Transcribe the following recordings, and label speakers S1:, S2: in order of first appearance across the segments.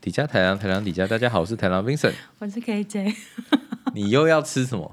S1: 底加台郎，台郎底加，大家好，我是台郎 Vincent。
S2: 我是 KJ，
S1: 你又要吃什 么？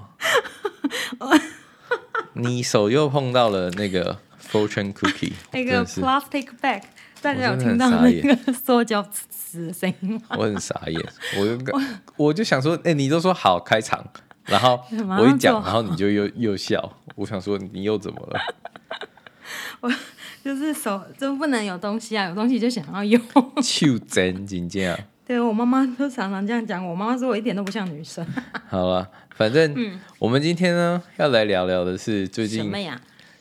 S1: 你手又碰到了那个 fortune cookie，
S2: 那
S1: 真
S2: 个
S1: 的是
S2: plastic bag，大家有
S1: 真的很
S2: 听到
S1: 傻
S2: 那
S1: 眼
S2: 个 塑胶呲呲的声音吗？
S1: 我很傻眼，我就跟我就想说，哎、你都说好开场，然后
S2: 马上
S1: 我一讲，
S2: 做
S1: 然后你就又又笑，我想说你又怎么了？
S2: 就是手就不能有东西啊，有东西就想要用。
S1: 就真真啊这样，
S2: 对我妈妈都常常这样讲，我妈妈说我一点都不像女生。
S1: 好了，反正、我们今天呢要来聊聊的是最
S2: 嗯什
S1: 近
S2: 么呀？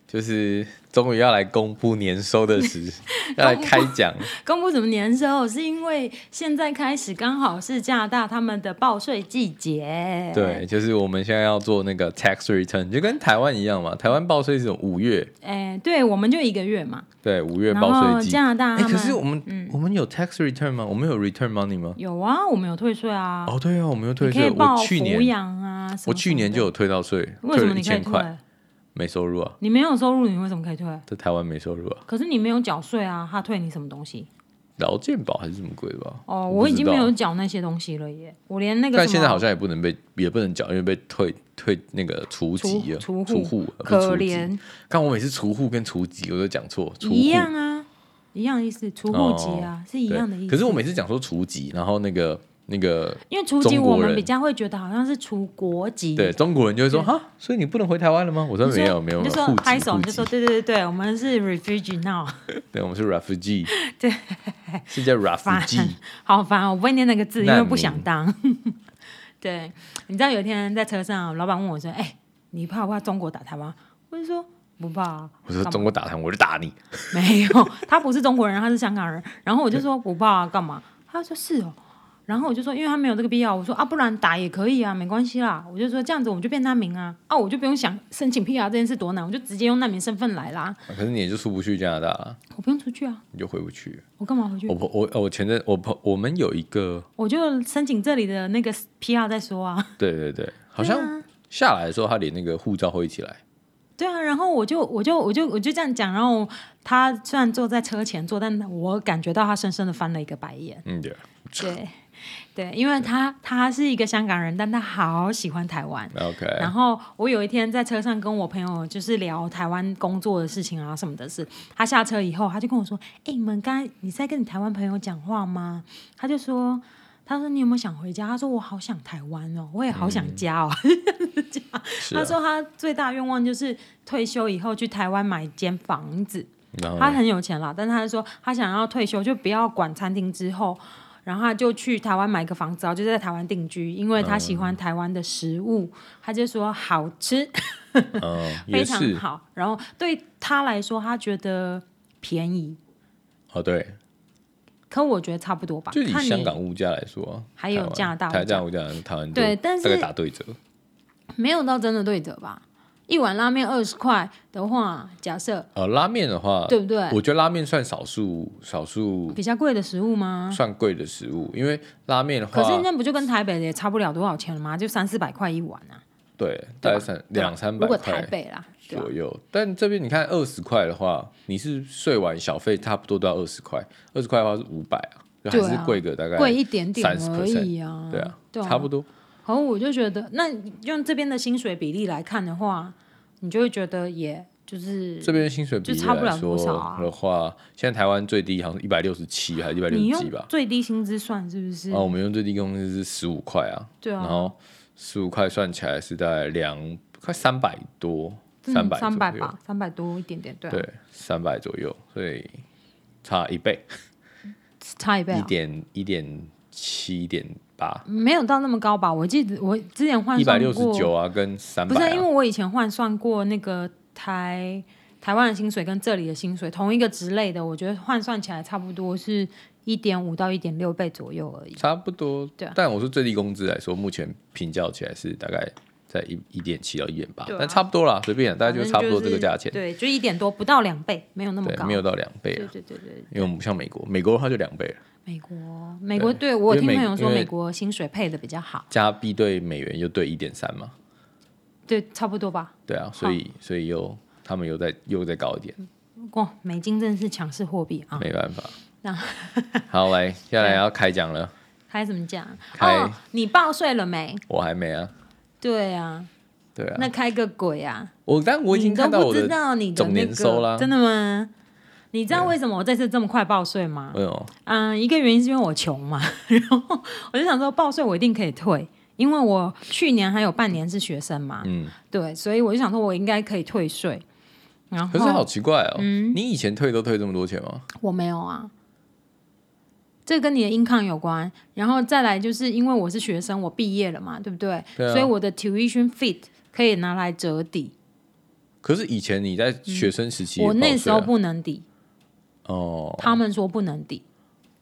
S1: 就是终于要来公布年收的 时，要来开奖，
S2: 公布什么年收？是因为现在开始刚好是加拿大他们的报税季节。
S1: 对，就是我们现在要做那个 tax return，就跟台湾一样嘛，台湾报税是五月，
S2: 哎，对，我们就一个月嘛。
S1: 对，五月
S2: 然
S1: 报
S2: 后
S1: 税季。
S2: 加拿大
S1: 哎、
S2: 他
S1: 可
S2: 们嗯
S1: 是我们、我们有 tax return 吗？我们有 return money 吗？
S2: 有啊，我们有退税啊，
S1: 哦，对啊，我没有退
S2: 你可
S1: 税。
S2: 以报
S1: 我去
S2: 抚
S1: 年
S2: 养啊。什么
S1: 我去年就有退到税，
S2: 为
S1: 退
S2: 什
S1: 了一
S2: 么你可以
S1: 千块，
S2: 退？
S1: 没收入啊，
S2: 你没有收入，你为什么可以退？
S1: 在台湾没收入啊，
S2: 可是你没有缴税啊，他退你什么东西？
S1: 劳健保还是什么鬼的吧？
S2: 哦，
S1: 我不
S2: 我已
S1: 知
S2: 经没
S1: 道啊
S2: 有缴那些东西了耶，我连那个
S1: 但
S2: 什
S1: 现在
S2: 么
S1: 好像也不能被，也不能缴，因为被退退那个除
S2: 除
S1: 籍了，
S2: 除
S1: 除
S2: 户
S1: 户了，不是除
S2: 可
S1: 籍。
S2: 怜
S1: 看我每次除户跟除籍我都讲错，除户哦
S2: 一样啊，一样意思，除户籍啊、是一
S1: 对
S2: 样的意思。
S1: 可是我每次讲说除籍，然后那个那个
S2: 因为除籍
S1: 中国
S2: 我们
S1: 人
S2: 比较会觉得好像是除国籍，
S1: 对中国人就会说哈，所以你不能回台湾了吗？我说
S2: 你就
S1: 没有没有，
S2: 你就
S1: 户
S2: 说
S1: 籍
S2: 拍手，
S1: 户
S2: 你就
S1: 籍
S2: 说对对对对，我们是 refugee now，
S1: 对，我们是 refugee，对， 是叫 refugee，
S2: 好烦哦，我不会念那个字，因
S1: 难
S2: 为
S1: 民
S2: 不想当。 对，你知道有一天在车上，老板问我说：“哎、你怕不怕中国打台湾？”我就说：“不怕啊。”
S1: 我说中国打他，我就打你。
S2: 没有，他不是中国人，他是香港人。然后我就说不怕啊，干嘛？他说是哦。然后我就说，因为他没有这个必要。我说啊，不然打也可以啊，没关系啦。我就说这样子我们就变难民啊，啊，我就不用想申请 PR 这件事多难，我就直接用难民身份来啦。
S1: 可是你也就出不去加拿大了，
S2: 我不用出去啊，
S1: 你就回不去。
S2: 我干嘛回去
S1: 我？朋我我前阵我朋我们有一个，
S2: 我就申请这里的那个 PR 再说啊。
S1: 对对对，好像下来的时候他连那个护照会一起来。
S2: 对啊，然后我就我就我就我就这样讲，然后他虽然坐在车前坐，但我感觉到他深深的翻了一个白眼。
S1: 嗯，对。
S2: 对， 对，因为他他是一个香港人，但他好喜欢台湾。
S1: OK，
S2: 然后我有一天在车上跟我朋友就是聊台湾工作的事情啊什么的事，他下车以后他就跟我说：“哎、你们刚才你是在跟你台湾朋友讲话吗？”他就说：“他说你有没有想回家？”他说：“我好想台湾哦，我也好想家哦。
S1: 是
S2: 他
S1: 啊，
S2: 说他最大愿望就是退休以后去台湾买一间房子。
S1: 然后
S2: 他很有钱啦，但是他就说他想要退休就不要管餐厅之后，然后他就去台湾买个房子，然后就在台湾定居，因为他喜欢台湾的食物，他就说好吃，
S1: 嗯，
S2: 非
S1: 也
S2: 常
S1: 是
S2: 好。然后对他来说，他觉得便宜，
S1: 哦，对，
S2: 可我觉得差不多吧。
S1: 就以
S2: 看你
S1: 香港物价来说，
S2: 还有
S1: 台湾
S2: 加拿大物价
S1: 台加拿大物价，台湾就
S2: 对但是
S1: 大概打对折，
S2: 没有到真的对折吧？一碗拉面二十块的话，假设
S1: 呃，拉面的话，
S2: 对不对
S1: 我觉得拉面算少数少数
S2: 比较贵的食物吗？
S1: 算贵的食物，因为拉面的话，
S2: 可是那不就跟台北的也差不了多少钱了吗？就三四百块一碗啊，
S1: 对，大
S2: 对吧
S1: 概三
S2: 对吧
S1: 两三百
S2: 如果台
S1: 块
S2: 北啦，对吧
S1: 左右。但这边你看二十块的话，你是税完小费差不多都要二十块，二十块的话是五百啊，就还
S2: 对啊
S1: 是贵个大概
S2: 贵一点点
S1: 30%
S2: 而已啊。
S1: 对啊，
S2: 对啊，
S1: 差不。多。
S2: 然后我就觉得，那用这边的薪水比例来看的话，你就会觉得也就是
S1: 这边薪水比
S2: 就
S1: 例
S2: 差不了
S1: 来说
S2: 多少啊
S1: 的话，现在台湾最低好像一百六十七还是一百六
S2: 你
S1: 十
S2: 用
S1: 几吧？哦
S2: 最低薪资算是不是？
S1: 然后我们用最低工资是十五块啊，
S2: 对
S1: 然
S2: 啊，
S1: 后十五块算起来是在两快三百多，三
S2: 嗯
S1: 百
S2: 三百
S1: 左右，
S2: 吧，三百多一点点，对啊，
S1: 对，三百左右，所以差一倍，
S2: 差一倍
S1: 一
S2: 啊，
S1: 点一点七一点八，
S2: 没有到那么高吧？我记得我之前换
S1: 一百
S2: 算
S1: 六十
S2: 过，
S1: 九啊，跟三
S2: 不是
S1: 百
S2: 因
S1: 啊
S2: 为，我以前换算过那个台台湾的薪水跟这里的薪水同一个职类的，我觉得换算起来差不多是一点五到一点六倍左右而已。
S1: 差不多
S2: 对啊。
S1: 但我说最低工资来说，目前平较起来是大概在一一点七到一点八
S2: 对啊，
S1: 但差不多啦，随便啊，大
S2: 反
S1: 概
S2: 正
S1: 就
S2: 就
S1: 差不多这个价钱
S2: 是，对，就一点多，不到两倍，没有那么
S1: 对，
S2: 高，
S1: 没有到两倍
S2: 对
S1: 啊。
S2: 对对对，
S1: 因为我们不像美国，美国的话就两倍了，
S2: 美国美国对我有听
S1: 因为
S2: 朋
S1: 美
S2: 友说
S1: 因为
S2: 美国薪水配的比较好，
S1: 加币对美元又对一点三嘛，
S2: 对，差不多吧。
S1: 对啊，所以所以又他们又再又再高一点，
S2: 哇，美金真的是强势货币啊！
S1: 没办法。 好，来，接下来要开讲 了，
S2: 还怎么讲？
S1: 开
S2: 哦，你报税了没？
S1: 我还没啊，
S2: 对啊，
S1: 对啊，
S2: 那开个鬼啊！
S1: 我但我已经
S2: 你都
S1: 看到
S2: 不
S1: 我
S2: 知
S1: 的，
S2: 道你的
S1: 总
S2: 那
S1: 年
S2: 个
S1: 收啦啊
S2: 真的吗？你知道为什么我这次这么快报税吗？
S1: 哎呦，
S2: 嗯，一个原因是因为我穷嘛， 然后我就想说报税我一定可以退，因为我去年还有半年是学生嘛，
S1: 嗯，
S2: 对，所以我就想说我应该可以退税。然
S1: 可是好
S2: 后
S1: 奇怪哦，
S2: 嗯
S1: 你以前退都退这么多钱吗？
S2: 我没有啊，这跟你的 income 有关。然后再来就是因为我是学生，我毕业了嘛，对不对？
S1: 对啊
S2: 所以我的 tuition fee 可以拿来折抵，
S1: 可是以前你在学生时期也
S2: 嗯我
S1: 报税啊、
S2: 那时候不能抵，
S1: 哦，
S2: 他们说不能抵。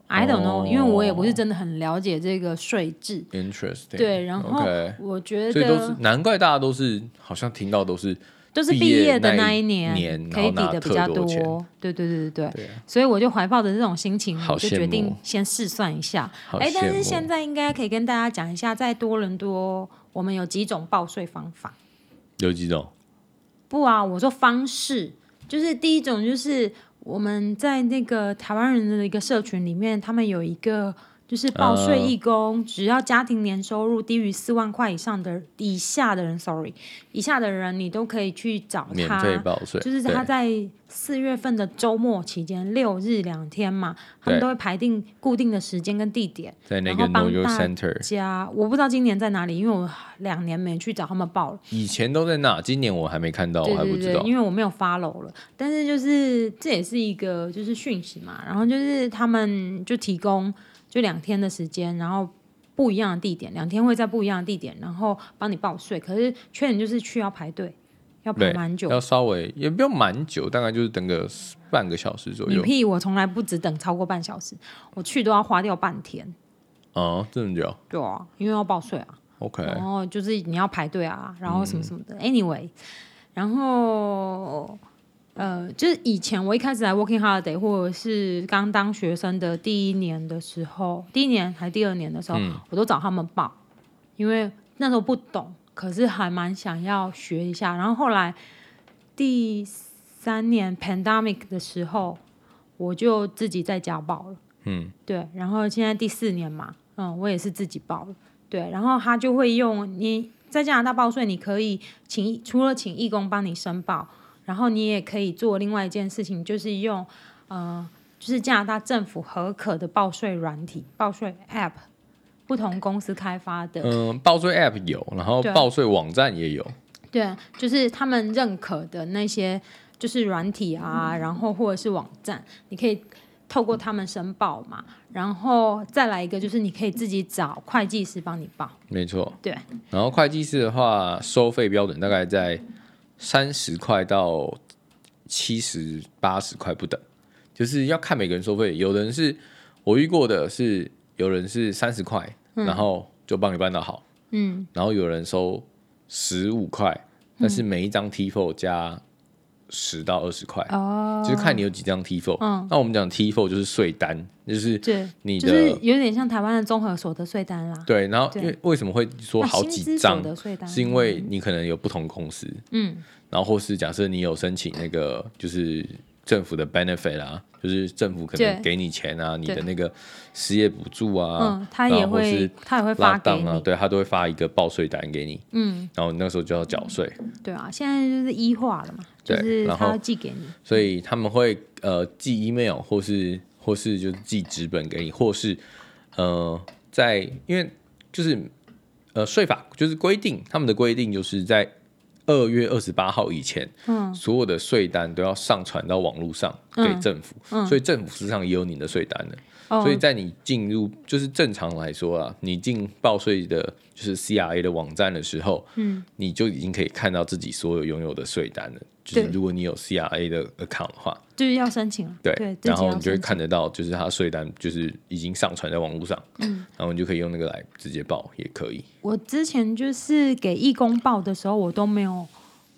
S2: I don't know，、
S1: 哦
S2: 因为我也不是真的很了解这个税制。
S1: Interesting。
S2: 对，然后
S1: OK，
S2: 我觉
S1: 所以都是
S2: 得
S1: 难怪大家都是好像听到都是
S2: 都是
S1: 毕
S2: 毕
S1: 业
S2: 业的
S1: 那
S2: 那
S1: 一
S2: 一年
S1: 年
S2: 可
S1: 然后
S2: 以抵
S1: 拿
S2: 的比
S1: 特
S2: 较
S1: 多钱
S2: 对对对对
S1: 对啊
S2: 所以我就怀抱着这种心情，
S1: 好
S2: 我就
S1: 羡
S2: 决定
S1: 慕
S2: 先试算一下。
S1: 好
S2: 哎，但
S1: 羡慕
S2: 是现在应该可以跟大家讲一下，在多伦多我们有几种报税方法。
S1: 有几种
S2: 不啊，我说方式，就是第一种就是我们在那个台湾人的一个社群里面，他们有一个就是报
S1: 嗯
S2: 税义工，只要家庭年收入低于四万块以上的以下的人，sorry，以下的人你都可以去找
S1: 免
S2: 他，
S1: 费报税，
S2: 就是他
S1: 对
S2: 在四月份的周末期间，六日两天嘛，他们
S1: 对
S2: 都会排定固定的时间跟地点。
S1: 在那
S2: 然
S1: 个
S2: 后
S1: Know
S2: 帮
S1: Your
S2: 大
S1: Center，
S2: 家我不知道今年在哪里，因为我两年没去找他们报了。
S1: 以前都在那，今年我还没看到，我还不
S2: 对
S1: 知
S2: 对
S1: 道
S2: 对，。因为我没有 follow 了，但是就是这也是一个就是讯息嘛，然后就是他们就提供就两天的时间，然后不一样的地点，两天会在不一样的地点，然后帮你报税，可是缺点就是去要排队，要排
S1: 对
S2: 蛮久。
S1: 要稍微也不用蛮久，大概就是等个半个小时左
S2: 你
S1: 右。
S2: 屁！我从来不只等超过半小时，我去都要花掉半天。
S1: 哦，这么久
S2: 对啊，因为要报税啊。
S1: ？OK，
S2: 然后就是你要排队啊，然后什么什么的。anyway，然后呃，就是以前我一开始来 working holiday 或者是刚当学生的第一年的时候，第一年还第二年的时候，我都找他们报，因为那时候不懂，可是还蛮想要学一下。然后后来第三年 pandemic 的时候，我就自己在家报了。
S1: 嗯，
S2: 对，然后现在第四年嘛，嗯，我也是自己报了，对，然后他就会用你在加拿大报税，你可以请除了请义工帮你申报，然后你也可以做另外一件事情，就是用呃，就是加拿大政府合可的报税软体、报税 App，不同公司开发的，
S1: 嗯，报税 App 有，然后
S2: 对
S1: 报税网站也有，
S2: 对，就是他们认可的那些就是软体啊，然后或者是网站，你可以透过他们申报嘛，然后再来一个就是你可以自己找会计师帮你报，
S1: 没错。
S2: 对，
S1: 然后会计师的话，收费标准大概在三十块到七十八十块不等，就是要看每个人收费。有的人是我遇过的是，有人是三十块，然后就帮你办到好，
S2: 嗯，
S1: 然后有人收十五块，但是每一张 T four 加十到二十块，
S2: 哦，
S1: 就是看你有几张 T four。
S2: 嗯
S1: 那我们讲 T four 就是税单，就是
S2: 对，
S1: 你的、
S2: 就是有点像台湾的综合所得税单啦，
S1: 对，然后因为
S2: 对
S1: 为什么会说
S2: 啊
S1: 好
S2: 薪
S1: 几
S2: 资
S1: 张
S2: 所？得税单
S1: 是因为你可能有不同公司，
S2: 嗯，
S1: 然后或是假设你有申请那个就是政府的 benefit 啊，就是政府可能
S2: 对
S1: 给你钱啊，你的
S2: 对
S1: 那个失业补助啊，
S2: 嗯，他也
S1: 然后或
S2: 会
S1: 是
S2: 他也会发
S1: 拉
S2: 给
S1: 档啊，
S2: 你，
S1: 对他都会发一个报税单给你，
S2: 嗯，
S1: 然后你那时候就要缴税，
S2: 对啊，现在就是一化了嘛，就
S1: 对
S2: 是
S1: 然
S2: 他
S1: 后
S2: 会寄给你，
S1: 所以他们会呃寄 email 或是或是就是寄纸本给你，或是呃在因为就是呃税法就是规定他们的规定就是在二月二十八号以前，
S2: 嗯，
S1: 所有的税单都要上传到网络上给政府，所以政府实际上也有你的税单的。
S2: 嗯哦
S1: 所以在你进入就是正常来说啊，你进报税的就是 CRA 的网站的时候，嗯，你就已经可以看到自己所有拥有的税单了。就是
S2: 对
S1: 如果你有 CRA 的 account 的话，
S2: 就是要申请了，
S1: 对，
S2: 对，自
S1: 然
S2: 己
S1: 后
S2: 要
S1: 你就会
S2: 申请。
S1: 看得到，就是它税单就是已经上传在网络上，嗯，然后你就可以用那个来直接报也可以。
S2: 我之前就是给义工报的时候，我都没有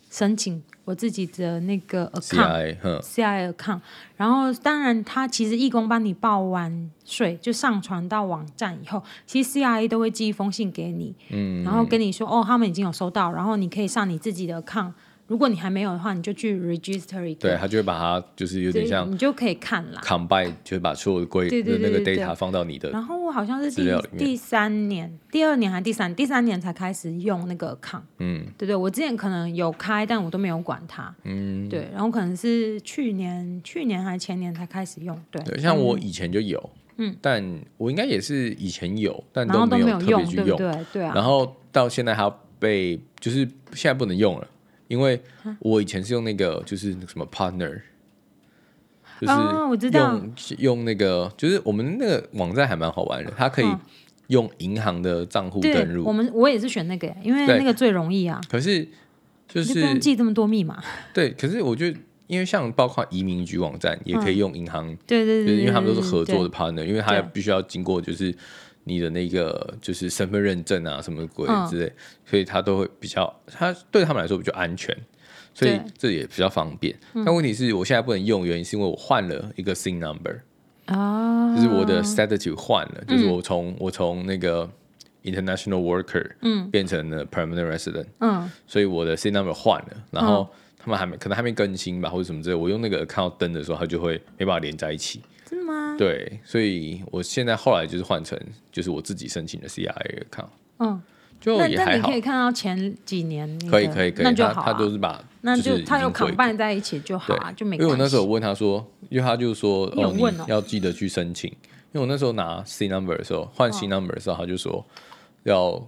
S2: 申请我自己的那个 account。
S1: CRA，哼，
S2: CI account，然后当然，他其实义工帮你报完税，就上传到网站以后，其实 CIA 都会寄一封信给你，嗯，然后跟你说哦，他们已经有收到，然后你可以上你自己的 account 如果你还没有的话，你就去 register 一个，
S1: 对，他就会把它就是有点像
S2: 你就可以看啦。
S1: combine，就是把所有的规
S2: 对对
S1: 的那个
S2: 对对对
S1: data 放到你的
S2: 然后我好像是
S1: 资料里
S2: 第
S1: 面
S2: 第三年、第二年还是第三第三年才开始用那个抗，
S1: 嗯
S2: 对对，我之前可能有开，但我都没有管它，
S1: 嗯，
S2: 对，然后可能是去年、去年还前年才开始用，对，
S1: 对，像我以前就有，嗯，但我应该也是以前有，但
S2: 然后
S1: 没
S2: 没
S1: 有
S2: 有
S1: 特别
S2: 用，
S1: 去
S2: 对不对？对啊，
S1: 然后到现在它被就是现在不能用了，因为我以前是用那个就是那个什么 partner，就是
S2: 哦我知道
S1: 用用那个就是我们那个网站还蛮好玩的，它可以
S2: 嗯
S1: 用银行的账户登
S2: 对，我
S1: 录，
S2: 们我也是选那个耶，因为
S1: 对
S2: 那个最容易啊，
S1: 可是就
S2: 你就不用
S1: 是
S2: 记这么多 密码，
S1: 对，可是我觉得因为像包括移民局网站也可
S2: 嗯
S1: 以用银行，
S2: 对对
S1: 就是
S2: 对，
S1: 因为他们都是
S2: 对
S1: 合作，
S2: 嗯对
S1: 的 partner，因为他
S2: 对
S1: 必须要经过就是你的那个就是身份认证啊什么鬼
S2: 嗯
S1: 之类，所以他都会比较，他对他们来说比较安全，所以
S2: 对嗯
S1: 这也比较方便。但问题是我现在不能用，原因是因为我换了一个 SIM number，
S2: 对啊，
S1: 就是我的 status 换了，就是
S2: 嗯
S1: 我从我从那个 international worker
S2: 嗯
S1: 变成了 permanent resident，
S2: 嗯
S1: 所以我的 SIM number 换了，然后他们还没可能还没更新吧，或者什么之类，我用那个 account 登的时候，它就会没办法连在一起。
S2: 真的吗？
S1: 对，所以我现在后来就是换成就是我自己申请的 CIA account，
S2: 嗯，
S1: 就
S2: 那
S1: 也
S2: 那
S1: 还
S2: 你
S1: 好
S2: 可以，看到前几年你的，
S1: 可以可以可以，
S2: 那就
S1: 他
S2: 好啊，
S1: 他都是把
S2: 那
S1: 就
S2: 就是他
S1: 已
S2: 有
S1: 经
S2: 扛
S1: 汇
S2: 办在一起就好啊，就没
S1: 因为我
S2: 关
S1: 那时候
S2: 系
S1: 问他说，因为他就说
S2: 你有
S1: 哦，
S2: 问哦
S1: 你要记得去申请。因为我那时候拿 C number 的时候，换
S2: 嗯
S1: C number 的时候，他就说要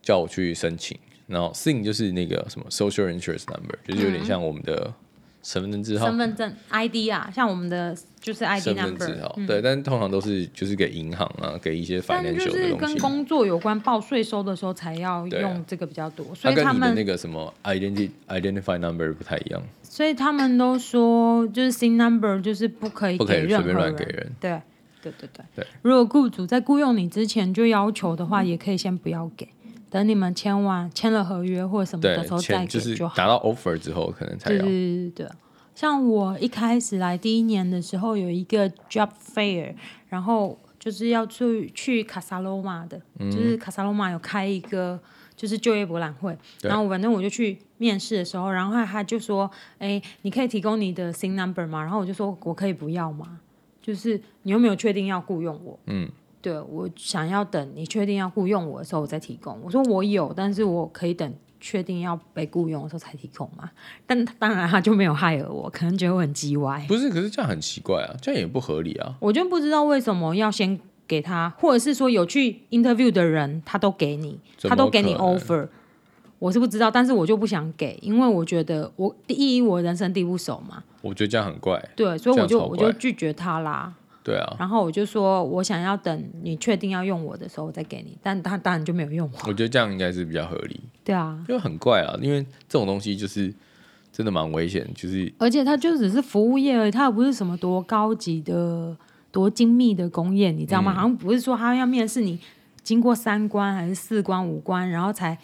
S1: 叫我去申请。然后 SIN 就是那个什么 Social Insurance Number，就是有点像我们的身份证字号
S2: 嗯身、份证 ID 啊，像我们的就是 ID
S1: 身份证
S2: number，
S1: 字号。对，但通常都是就是给银行啊，给一些
S2: 嗯但就
S1: financial 的
S2: 是
S1: 东
S2: 跟
S1: 西。
S2: 工作有关报税收的时候才要
S1: 对啊
S2: 用这个比较多，所
S1: 它
S2: 以
S1: 跟
S2: 他
S1: 你的
S2: 们
S1: 那个什么 identity identify number 不太一样，
S2: 所以他们都说就是 SIN number 就是不可以
S1: 不可以
S2: 给任
S1: 随
S2: 何
S1: 便乱
S2: 人，
S1: 给人。
S2: 对对对对。
S1: 对嗯
S2: 如果雇主在雇佣你之前就要求的话，也可以先不要给，等你们签完签了合约或者什么
S1: 对
S2: 的时，候再
S1: 钱
S2: 给
S1: 就是
S2: 好。
S1: 拿到 offer 之后可能才
S2: 对
S1: 要
S2: 对。对对对。像我一开始来第一年的时候，有一个 job fair，然后就是要去去卡萨罗马的，就是卡萨罗马有开一个就是就业博览会，
S1: 对
S2: 然后反正我就去面试的时候，然后他就说，哎，你可以提供你的 SIN number 吗？然后我就说我可以不要吗？就是你有没有确定要雇佣我？
S1: 嗯，
S2: 对我想要等你确定要雇佣我的时候我再提供。我说我有，但是我可以等确定要被雇佣的时候才提供嘛。但当然他就没有害了我，可能觉得我很叽歪。
S1: 不是，可是这样很奇怪啊，这样也不合理啊。
S2: 我就不知道为什么要先给他，或者是说有去 interview 的人他都给你，
S1: 怎么
S2: 他都给你
S1: 可能
S2: offer。我是不知道，但是我就不想给，因为我觉得我第一我人生地不熟嘛，
S1: 我觉得这样很怪。
S2: 对，所以我
S1: 这
S2: 就
S1: 样超
S2: 我
S1: 怪
S2: 就拒绝他啦。
S1: 对啊，
S2: 然后我就说我想要等你确定要用我的时候我再给你，但他当然就没有用我。
S1: 我觉得这样应该是比较合理，
S2: 对啊，
S1: 因为很怪啊，因为这种东西就是真的蛮危险，就是
S2: 而且它就只是服务业而已，它又不是什么多高级的、多精密的工业，你知道
S1: 嗯
S2: 吗？好像不是说他要面试你，经过三关还是四关、五关，然后才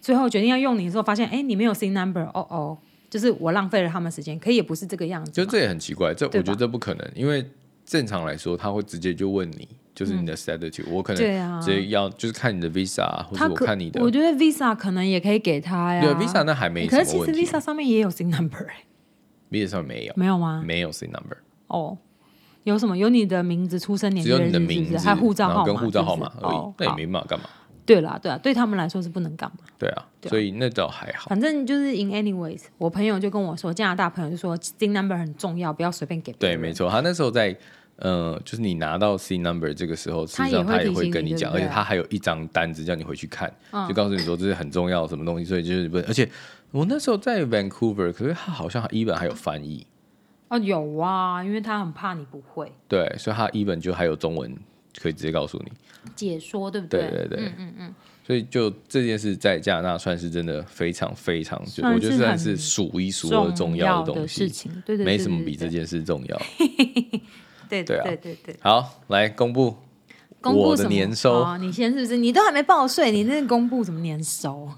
S2: 最后决定要用你的时候，发现哎，你没有 C number，哦哦，就是我浪费了他们时间，可也不是这个样子
S1: 就
S2: 嘛。
S1: 这也很奇怪，这我
S2: 对
S1: 觉
S2: 吧
S1: 得这不可能，因为正常来说他会直接就问你，就是你的 status，、我可能
S2: 嗯对啊
S1: 直，接要就是看你的 visa，啊或
S2: 他
S1: 者我
S2: 可
S1: 看你的
S2: 我觉得 Visa 可能也可以给他呀。
S1: 对 visa 那还没
S2: 欸
S1: 什么
S2: 可是其实
S1: 问题啊
S2: Visa 上面也有 C number，、欸、
S1: ，visa 上没有
S2: 没有吗？
S1: 没有 C number。
S2: 哦，有什么？有你的名字、出生年
S1: 只
S2: 月
S1: 有
S2: 日，
S1: 你的
S2: 是
S1: 名
S2: 不
S1: 字，
S2: 是？还有护照
S1: 然
S2: 号
S1: 后
S2: 码，
S1: 跟护照号码
S2: 是不
S1: 而
S2: 是
S1: 已，
S2: 哦，
S1: 那也
S2: 好
S1: 没办法干嘛。
S2: 对啦，对啦，对他们来说是不能干嘛。
S1: 对啊，
S2: 对啊
S1: 所以那倒还好。
S2: 反正就是 in anyways，我朋友就跟我说，加拿大朋友就说 SIN number 很重要，不要随便给别
S1: 对，
S2: 人。
S1: 没错，他那时候在呃，就是你拿到 C number 这个时候，事
S2: 他
S1: 实
S2: 也
S1: 上他
S2: 会
S1: 也
S2: 提
S1: 会
S2: 醒
S1: 跟
S2: 你
S1: 你讲，而
S2: 对不
S1: 且
S2: 对啊嗯
S1: 他还有一张单子叫你回去看，就告诉你说这是很重要什么东西，所以就是不，而且我那时候在 Vancouver，可是他好像一本还有翻译，
S2: 哦，有啊，因为他很怕你不会
S1: 对，所以他一本就还有中文可以直接告诉你，
S2: 解说，对不
S1: 对对对，嗯嗯嗯。所以就这件事在加拿大算是真的非常非常，就
S2: 算
S1: 我觉得
S2: 是
S1: 算
S2: 很
S1: 是数一数二
S2: 重
S1: 重
S2: 要
S1: 的东
S2: 的
S1: 西，
S2: 事情，对对，对
S1: 没什么比这
S2: 对
S1: 件事重要。对
S2: 对对
S1: 啊
S2: 对对对。
S1: 好，来公布
S2: 公布
S1: 我
S2: 什
S1: 的
S2: 么
S1: 年收，
S2: 哦你先是不是？你都还没报税，你那公布什么年收？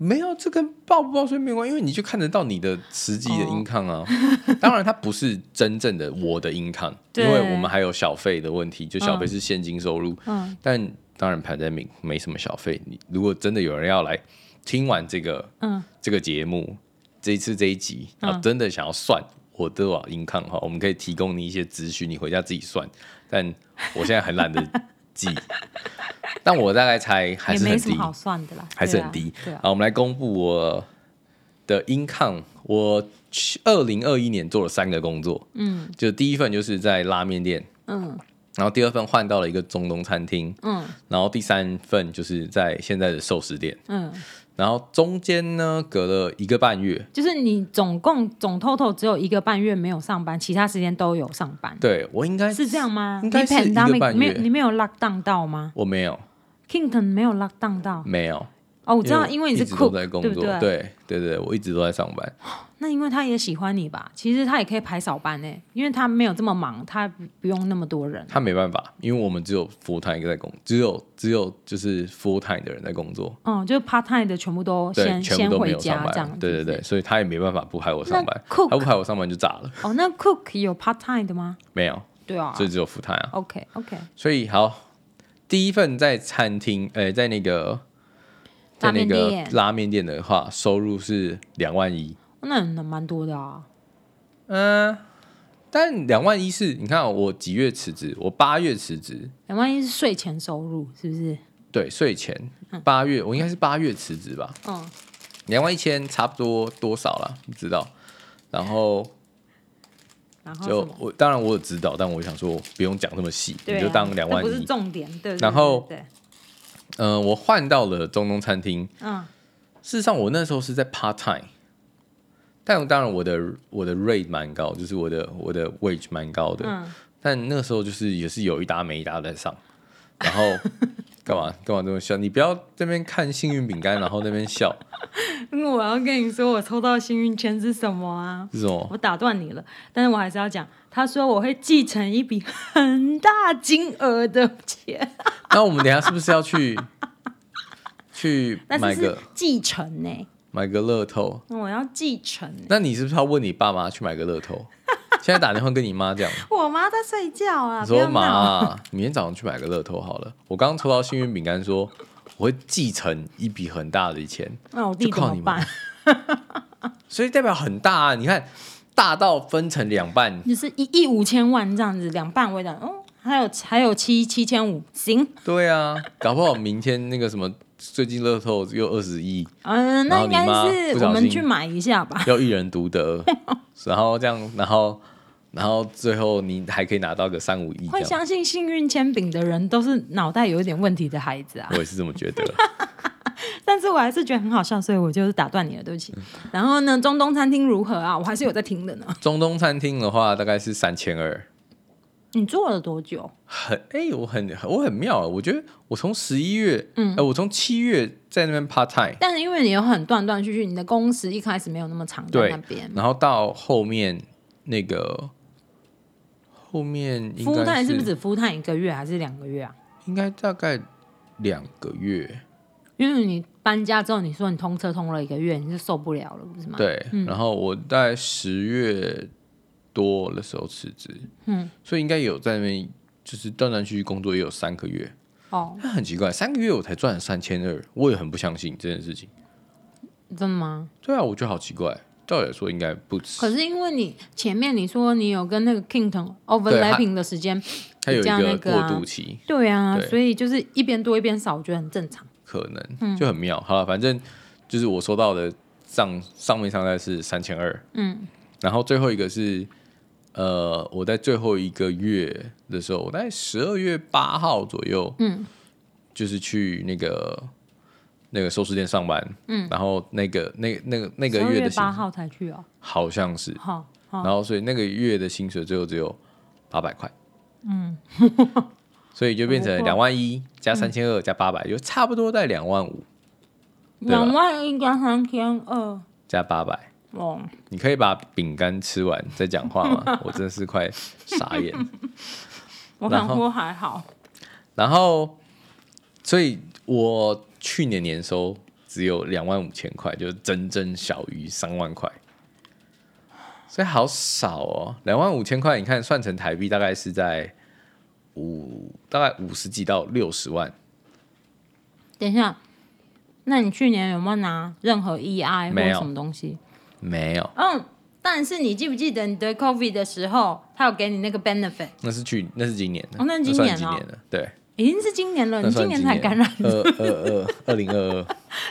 S1: 没有这跟报不报税没有关系，因为你就看得到你的实际
S2: 哦
S1: 的 income 啊。 当然，它不是真正的我的 income，因
S2: 对
S1: 为我们还有小费的问题，就小费是现金收入。嗯，但当然 pandemic 没什么小费。你如果真的有人要来听完这个
S2: 嗯，
S1: 这个节目，这一次这一集啊，真的想要算我多少 income 哈，我们可以提供你一些资讯，你回家自己算。但我现在很懒得 记，但我大概猜还
S2: 也
S1: 是很
S2: 没什
S1: 低
S2: 么，好算的啦，
S1: 还是
S2: 对啊
S1: 很低。
S2: 对啊，
S1: 好，我们来公布我的 income。我二零二一年做了三个工作，
S2: 嗯
S1: 就第一份就是在拉面店，
S2: 嗯
S1: 然后第二份换到了一个中东餐厅，
S2: 嗯
S1: 然后第三份就是在现在的寿司店。
S2: 嗯，
S1: 然后中间呢，隔了一个半月，
S2: 就是你总共总 total 只有一个半月没有上班，其他时间都有上班，
S1: 对我应该
S2: 是这样吗？
S1: 应该是一
S2: 你
S1: 个
S2: pandemic
S1: 半
S2: 没
S1: 月
S2: 有你没有 lock down 到吗
S1: 我没有
S2: ？Kington 没有 lock down 到
S1: 没有，
S2: 哦，我知道，因为你
S1: 一
S2: 是
S1: 直都
S2: cook
S1: 在工
S2: 对不
S1: 作，
S2: 对？
S1: 对对对，我一直都在上班。
S2: 那因为他也喜欢你吧？其实他也可以排少班呢、欸因为他没有这么忙，他不用那么多人。
S1: 他没办法，因为我们只有 full time 在工，只有只有就是 full time 的人在工作，
S2: 嗯，就是 part time 的全部都
S1: 对，
S2: 先
S1: 全部
S2: 先
S1: 都没
S2: 回
S1: 有上
S2: 家这样
S1: 班，
S2: 子。
S1: 对对对，所以他也没办法不排我上班，
S2: 那 cook-
S1: 他不排我上班就炸了，
S2: 哦，那 cook 有 part time 的吗？
S1: 没有，
S2: 对啊
S1: 所。以只有 full time 啊。
S2: OK OK，
S1: 所以好，第一份在餐厅，呃，在那个在
S2: 拉
S1: 那
S2: 面
S1: 个
S2: 店
S1: 拉面店的话，收入是两万一，
S2: 那那蛮多的啊。
S1: 嗯、但两万一是你看哦我几月辞职？我八月辞职，
S2: 两万一是税前收入，是不是？
S1: 对，税前八月，我应该是八月辞职吧？
S2: 嗯，
S1: 两万一千差不多多少啦？不知道。然后
S2: 然后
S1: 就
S2: 什么？
S1: 我当然我有指导，但我想说不用讲这么细，
S2: 对、啊，
S1: 你就当两万
S2: 这不是
S1: 一。
S2: 重点，对对
S1: 然后
S2: 对对，
S1: 嗯、我换到了中东餐厅，
S2: 嗯
S1: 事实上我那时候是在 part time，但当然我的我的 rate 蛮高，就是我的我的 wage 蛮高的，
S2: 嗯，
S1: 但那时候就是也是有一搭没一搭在上，然 后干嘛干嘛这么笑？你不要这边看幸运饼干，然后那边笑
S2: 因为我要跟你说，我抽到幸运签是什么啊？
S1: 是什么？
S2: 我打断你了，但是我还是要讲。他说我会继承一笔很大金额的钱，
S1: 那我们等一下是不是要 去去
S2: 但
S1: 买
S2: 是是
S1: 个
S2: 继承呢、
S1: 买个乐透？
S2: 我要继承欸呢、
S1: 那你是不是要问你爸妈去买个乐透？现在打电话跟你妈讲，
S2: 我妈在睡觉啊，
S1: 你
S2: 不要
S1: 说
S2: 闹
S1: 妈、啊，明天早上去买个乐透好了。我刚刚抽到幸运饼干说，我会继承一笔很大的钱，
S2: 那我
S1: 就
S2: 弟怎
S1: 靠你们
S2: 么办？。
S1: 所以代表很大啊！你看，大到分成两半，
S2: 就是一亿五千万这样子，两半我讲，哦，还有还有七七千五，行，
S1: 对啊，搞不好明天那个什么，最近乐透又二十亿，
S2: 嗯、
S1: 然
S2: 那
S1: 后
S2: 应
S1: 你妈
S2: 该
S1: 不
S2: 是
S1: 小
S2: 我们
S1: 心
S2: 去买一 下吧。
S1: 要一人独得，然后这样，然后，然后最后你还可以拿到个三五亿这
S2: 会
S1: 样。
S2: 相信幸运铅饼的人都是脑袋有一点问题的孩子啊
S1: 我，也是这么觉得。
S2: 但是我还是觉得很好笑，所以我就是打断你了，对不
S1: 嗯
S2: 起。然后呢，中东餐厅如何啊？我还是有在听的呢。
S1: 中东餐厅的话，大概是三千二。
S2: 你做了多久？
S1: 很哎、我很我很妙啊！我觉得我从十一月，嗯，呃、我从七月在那边 part time，
S2: 但是因为你有很断断续续，你的工时一开始没有那么长在
S1: 对
S2: 那边，
S1: 然后到后面那个后面应
S2: 夫
S1: 该
S2: 探是不是只夫探一个月还是两个月啊？
S1: 应该大概两个月，
S2: 因为你搬家之后，你说你通车通了一个月，你就受不了了，不是吗？，
S1: 对。然后我在十月多的时候辞职，
S2: 嗯，
S1: 所以应该有在那边就是断断续续工作也有三个月，
S2: 哦，
S1: 那很奇怪，三个月我才赚三千二，我也很不相信这件事情。
S2: 真的吗？
S1: 对啊，我觉得好奇怪。照理来说应该不止，
S2: 可是因为你前面你说你有跟那个 Kington overlapping 的时间，
S1: 它有一
S2: 这样那
S1: 个
S2: 个
S1: 过
S2: 啊
S1: 渡期，
S2: 对啊，
S1: 对
S2: 所以就是一边多一边少，我觉得很正常。
S1: 可能，就很妙。好了，反正就是我收到的上上面上代是三千二，
S2: 嗯，
S1: 然后最后一个是呃，我在最后一个月的时候，我在十二月八号左右，
S2: 嗯，
S1: 就是去那个那个寿司店上班，嗯，然后那个那那个那个
S2: 12
S1: 月
S2: 月
S1: 的薪
S2: 八号才去哦，
S1: 好像是，
S2: 好，
S1: 然后所以那个月的薪水最后只有八百块，嗯，所以就变成
S2: 不
S1: 两
S2: 过嗯
S1: 万一加三千二加八百，就差不多在两万五对吧
S2: 两万一加三千二，
S1: 加八百。
S2: 哦，
S1: 你可以把饼干吃完再讲话 吗？我真是快傻眼。
S2: 我
S1: 然
S2: 想
S1: 后
S2: 说还好，
S1: 然后，所以我去年年收只有两万五千块，就是整整小于三万块，所以好少哦。两万五千块，你看算成台币大概是在五，大概五十几到六十万，
S2: 等一下，那你去年有没有拿任何 EI
S1: 没
S2: 或
S1: 有
S2: 什么东西？
S1: 没有，
S2: 嗯，但是你记不记得你得 COVID 的时候，他有给你那个 benefit，
S1: 那是去那是今年的，
S2: 哦那是今
S1: 算
S2: 年
S1: 今
S2: 哦
S1: 年的，对，
S2: 已经是今年了，
S1: 那
S2: 你
S1: 算
S2: 今年才感染，
S1: 二二二二零二二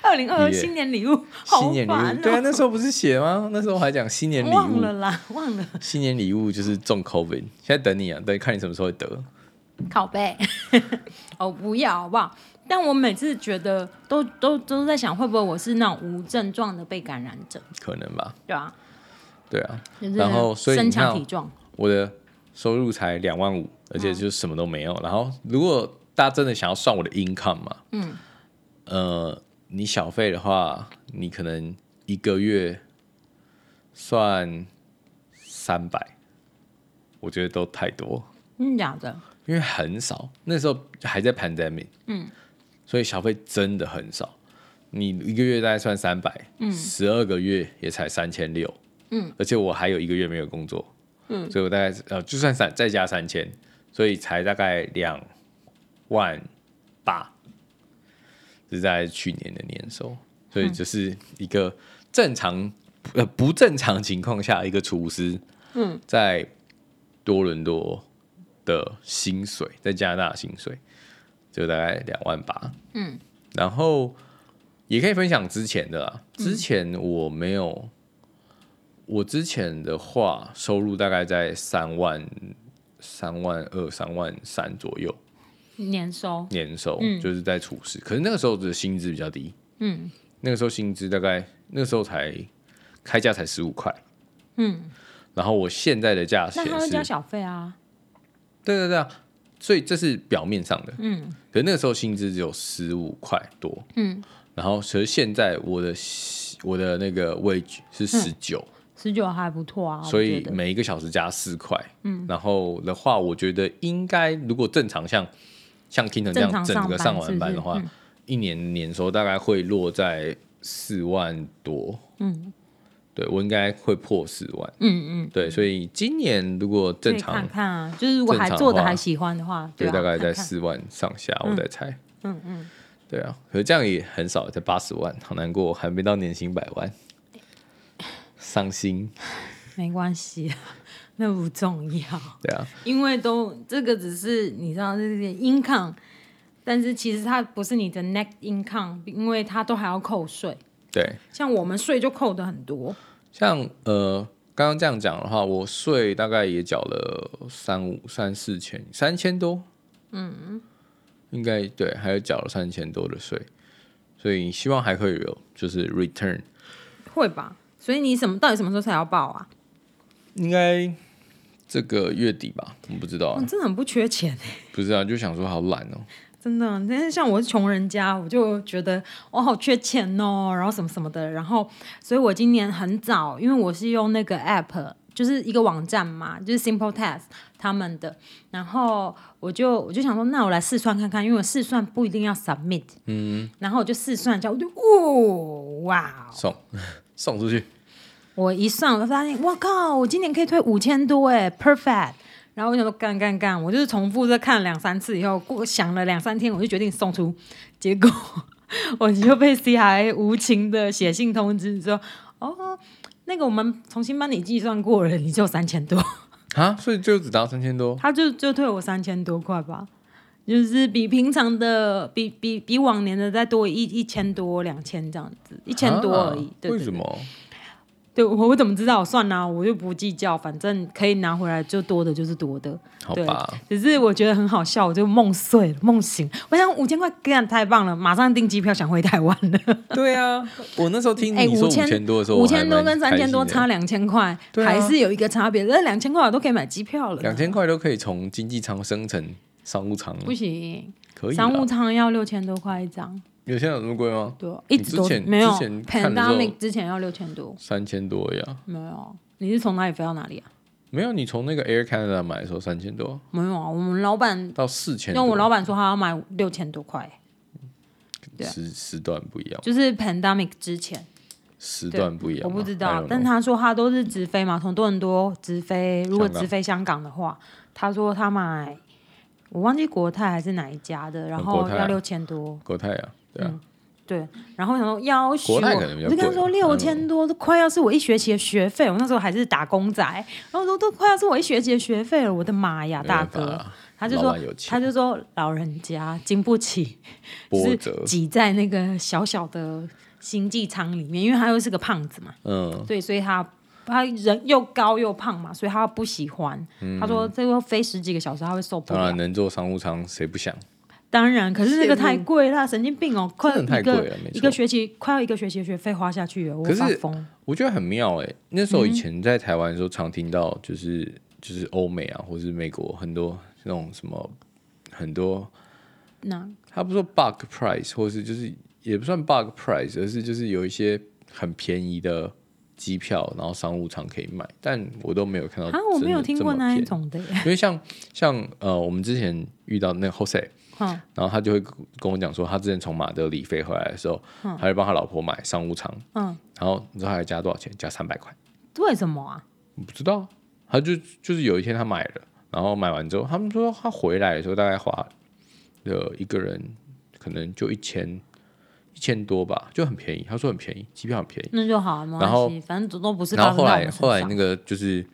S2: 二零二二
S1: 毕业
S2: 新年礼物， 好
S1: 新年礼
S2: 烦
S1: 物，对啊，
S2: 哦，
S1: 那时候不是写吗？那时候还讲新年礼
S2: 忘了
S1: 物，
S2: 啦，忘了
S1: 新年礼物就是中 COVID，现在等你啊，等看你什么时候会得。
S2: 拷贝， 哦不要好不好？但我每次觉得都都都在想，会不会我是那种无症状的被感染者，
S1: 可能吧，
S2: 对吧、
S1: 对啊，
S2: 就是
S1: 然后所以你
S2: 身强
S1: 看哦
S2: 体壮，
S1: 我的收入才两万五，而且就什么都没有。然后如果大家真的想要算我的 income 嘛，嗯，呃，你小费的话，你可能一个月算三百，我觉得都太多，
S2: 真的假的？
S1: 因为很少，那时候还在 pandemic，嗯，所以小费真的很少。你一个月大概算三百，嗯，十二个月也才三千六，嗯，而且我还有一个月没有工作，嗯，所以我大概呃就算三再加三千，所以才大概两万八，是在去年的年收，所以就是一个正常呃不正常情况下一个厨师，嗯，在多伦多的薪水，在加拿大的薪水就大概两万八，嗯，然后也可以分享之前的啦，
S2: 嗯
S1: 之前我没有，我之前的话收入大概在三万、三万二、三万三左右
S2: 年收
S1: 年收，就是在厨师，可是那个时候的薪资比较低，
S2: 嗯，
S1: 那个时候薪资大概那个时候才开价才十五块，
S2: 嗯，
S1: 然后我现在的价钱
S2: 那他会
S1: 是
S2: 交小费啊，
S1: 对对对啊，所以这是表面上的，
S2: 嗯，
S1: 可是那个时候薪资只有十五块多，
S2: 嗯，
S1: 然后其实现在我的我的那个 wage 是十九、
S2: 十九还不错嗯啊，我
S1: 所
S2: 觉
S1: 以
S2: 得
S1: 每一个小时加四块，嗯，然后的话，我觉得应该如果正常像像 Kington 这
S2: 正
S1: 样
S2: 常
S1: 整
S2: 上
S1: 个
S2: 班
S1: 上完班的话，
S2: 是嗯不
S1: 一年年收大概会落在四万多，
S2: 嗯，
S1: 对我应该会破四万，
S2: 嗯嗯，
S1: 对，所以今年如果
S2: 可
S1: 正
S2: 以
S1: 常
S2: 看看啊，就是如果
S1: 正
S2: 还
S1: 常
S2: 做的
S1: 话
S2: 还喜欢的话，
S1: 对，
S2: 啊
S1: 大概在
S2: 看看
S1: 四万上下，我在猜。
S2: 嗯嗯，
S1: 对啊，可是这样也很少，才八十万，好难过，还没到年薪百万，伤心。
S2: 没关系啊，那不重要，
S1: 对啊，
S2: 因为都这个只是你知道这些 income，但是其实它不是你的 net income，因为它都还要扣税，
S1: 对，
S2: 像我们税就扣的很多，
S1: 像呃，刚刚这样讲的话，我税大概也缴了三五三四千，三千多，嗯，应该对，还有缴了三千多的税，所以希望还会有就是 return，
S2: 会吧？所以你什么到底什么时候才要报啊？
S1: 应该这个月底吧，我不知道啊
S2: 我、，哦真的很不缺钱欸
S1: 不知道、就想说好懒哦、
S2: 真的，但是像我是穷人家，我就觉得我好缺钱哦，然后什么什么的，然后，所以我今年很早，因为我是用那个 app，就是一个网站嘛，就是 Simple Test 他们的，然后我就我就想说，那我来试算看看，因为我试算不一定要 submit，嗯，然后我就试算一下，我就哦哇，
S1: 送 送出去，
S2: 我一算我就发现，哇靠，我今年可以退五千多哎，perfect。然后我就说干干干，我就是重复再看两三次以后，过想了两三天，我就决定送出，结果 我就被 CIA 无情的写信通知说，哦，那个我们重新帮你计算过了，你只有三千多，
S1: 啊，所以就只拿三千多，
S2: 他就就退我三千多块吧，就是比平常的比比比往年的再多一一千多两千这样子，一
S1: 一
S2: 千多而已。对
S1: 啊为
S2: 对
S1: 什么？
S2: 对，我我怎么知道？算啦、我就不计较，反正可以拿回来就多的就是多的。
S1: 好
S2: 对
S1: 吧，，
S2: 只是我觉得很好笑，我就梦碎了，梦醒。我想五千块，干太棒了，马上订机票想回台湾了。
S1: 对啊，我那时候听
S2: 哎
S1: 你说五
S2: 5000
S1: 千多的时候，
S2: 五千多跟三千多差
S1: 了，
S2: 两千块，
S1: 对啊
S2: 还是有一个差别。那两千块我都可以买机票了，
S1: 两千块都可以从经济舱升成商务舱了，
S2: 不行，
S1: 可以啦
S2: 商务舱要六千多块一张，
S1: 有些有这么贵吗？
S2: 对啊，
S1: 你
S2: 一直都
S1: 之前
S2: 没有
S1: 之前看的时候
S2: pandemic 之前要六千多，
S1: 三千多呀，
S2: 没有。你是从哪里飞到哪里啊？
S1: 没有，你从那个 Air Canada 买的时候三千多
S2: 没有啊，我们老板，
S1: 到四千
S2: 因
S1: 多，
S2: 为我老板说他要买六千多块。对啊
S1: 时时段不一样，
S2: 就是 pandemic 之前，
S1: 时段不一样
S2: 我
S1: 吗，
S2: 不知
S1: I
S2: 道
S1: don't，know
S2: 但他说他都是直飞嘛，从多伦多直飞，如果
S1: 香港
S2: 直飞香港的话，他说他买，我忘记国泰还是哪一家的，然后
S1: 嗯国泰
S2: 要六千多，
S1: 国泰啊，对啊，
S2: 对，然后我想说要求，
S1: 国泰可能比较
S2: 我就跟他
S1: 贵
S2: 说
S1: 啊
S2: 六千多，都快要是我一学期的学费。我那时候还是打工仔，然后我说都快要是我一学期的学费了，我的妈呀，
S1: 没
S2: 嗯大
S1: 办法
S2: 哥！
S1: 啊，
S2: 他就
S1: 老
S2: 说
S1: 板有，钱
S2: 他就说老人家经不起，就
S1: 波
S2: 是
S1: 折，
S2: 挤在那个小小的经济舱里面，因为他又是个胖子嘛，
S1: 嗯，
S2: 对，所以他他人又高又胖嘛，所以他不喜欢。他说这个飞十几个小时他会受不
S1: 嗯当
S2: 了。
S1: 然能坐商务舱，谁不想？
S2: 当然，可是那个
S1: 羡慕
S2: 太贵啦，神经病哦、快
S1: 真的太
S2: 一个
S1: 贵了没
S2: 一
S1: 错
S2: 个学期，快要一个学期的学费花下去了，我
S1: 可
S2: 发
S1: 是
S2: 疯。
S1: 我觉得很妙哎、那时候
S2: 嗯
S1: 以前在台湾的时候，常听到就是、就是欧美啊，或是美国很多那种什么很多，
S2: 那
S1: 他不是说 bug price，或是就是也不算 bug price，而是就是有一些很便宜的机票，然后商务舱可以买，但我都没有看到
S2: 啊，我没有
S1: 哦真的
S2: 听
S1: 这
S2: 过
S1: 么
S2: 那
S1: 便
S2: 一
S1: 宜，
S2: 种的耶。
S1: 因为像像呃，我们之前遇到那个 Jose，
S2: 嗯，
S1: 然后他就会跟我讲说，他之前从马德里飞回来的时候，他会帮他老婆买商务舱，
S2: 嗯，
S1: 然后你知道他还加多少钱？加三百块，
S2: 为什么啊？
S1: 我不知道啊，他就就是有一天他买了，然后买完之后，他们说他回来的时候大概花了一个人可能就一千一千多吧，就很便宜，他说很便宜，机票很便宜，
S2: 那就好，没
S1: 然后
S2: 关系，反正都都不是
S1: 然
S2: 发
S1: 后
S2: 生
S1: 后
S2: 在我
S1: 来
S2: 们
S1: 后来
S2: 身
S1: 那
S2: 上。
S1: 个就是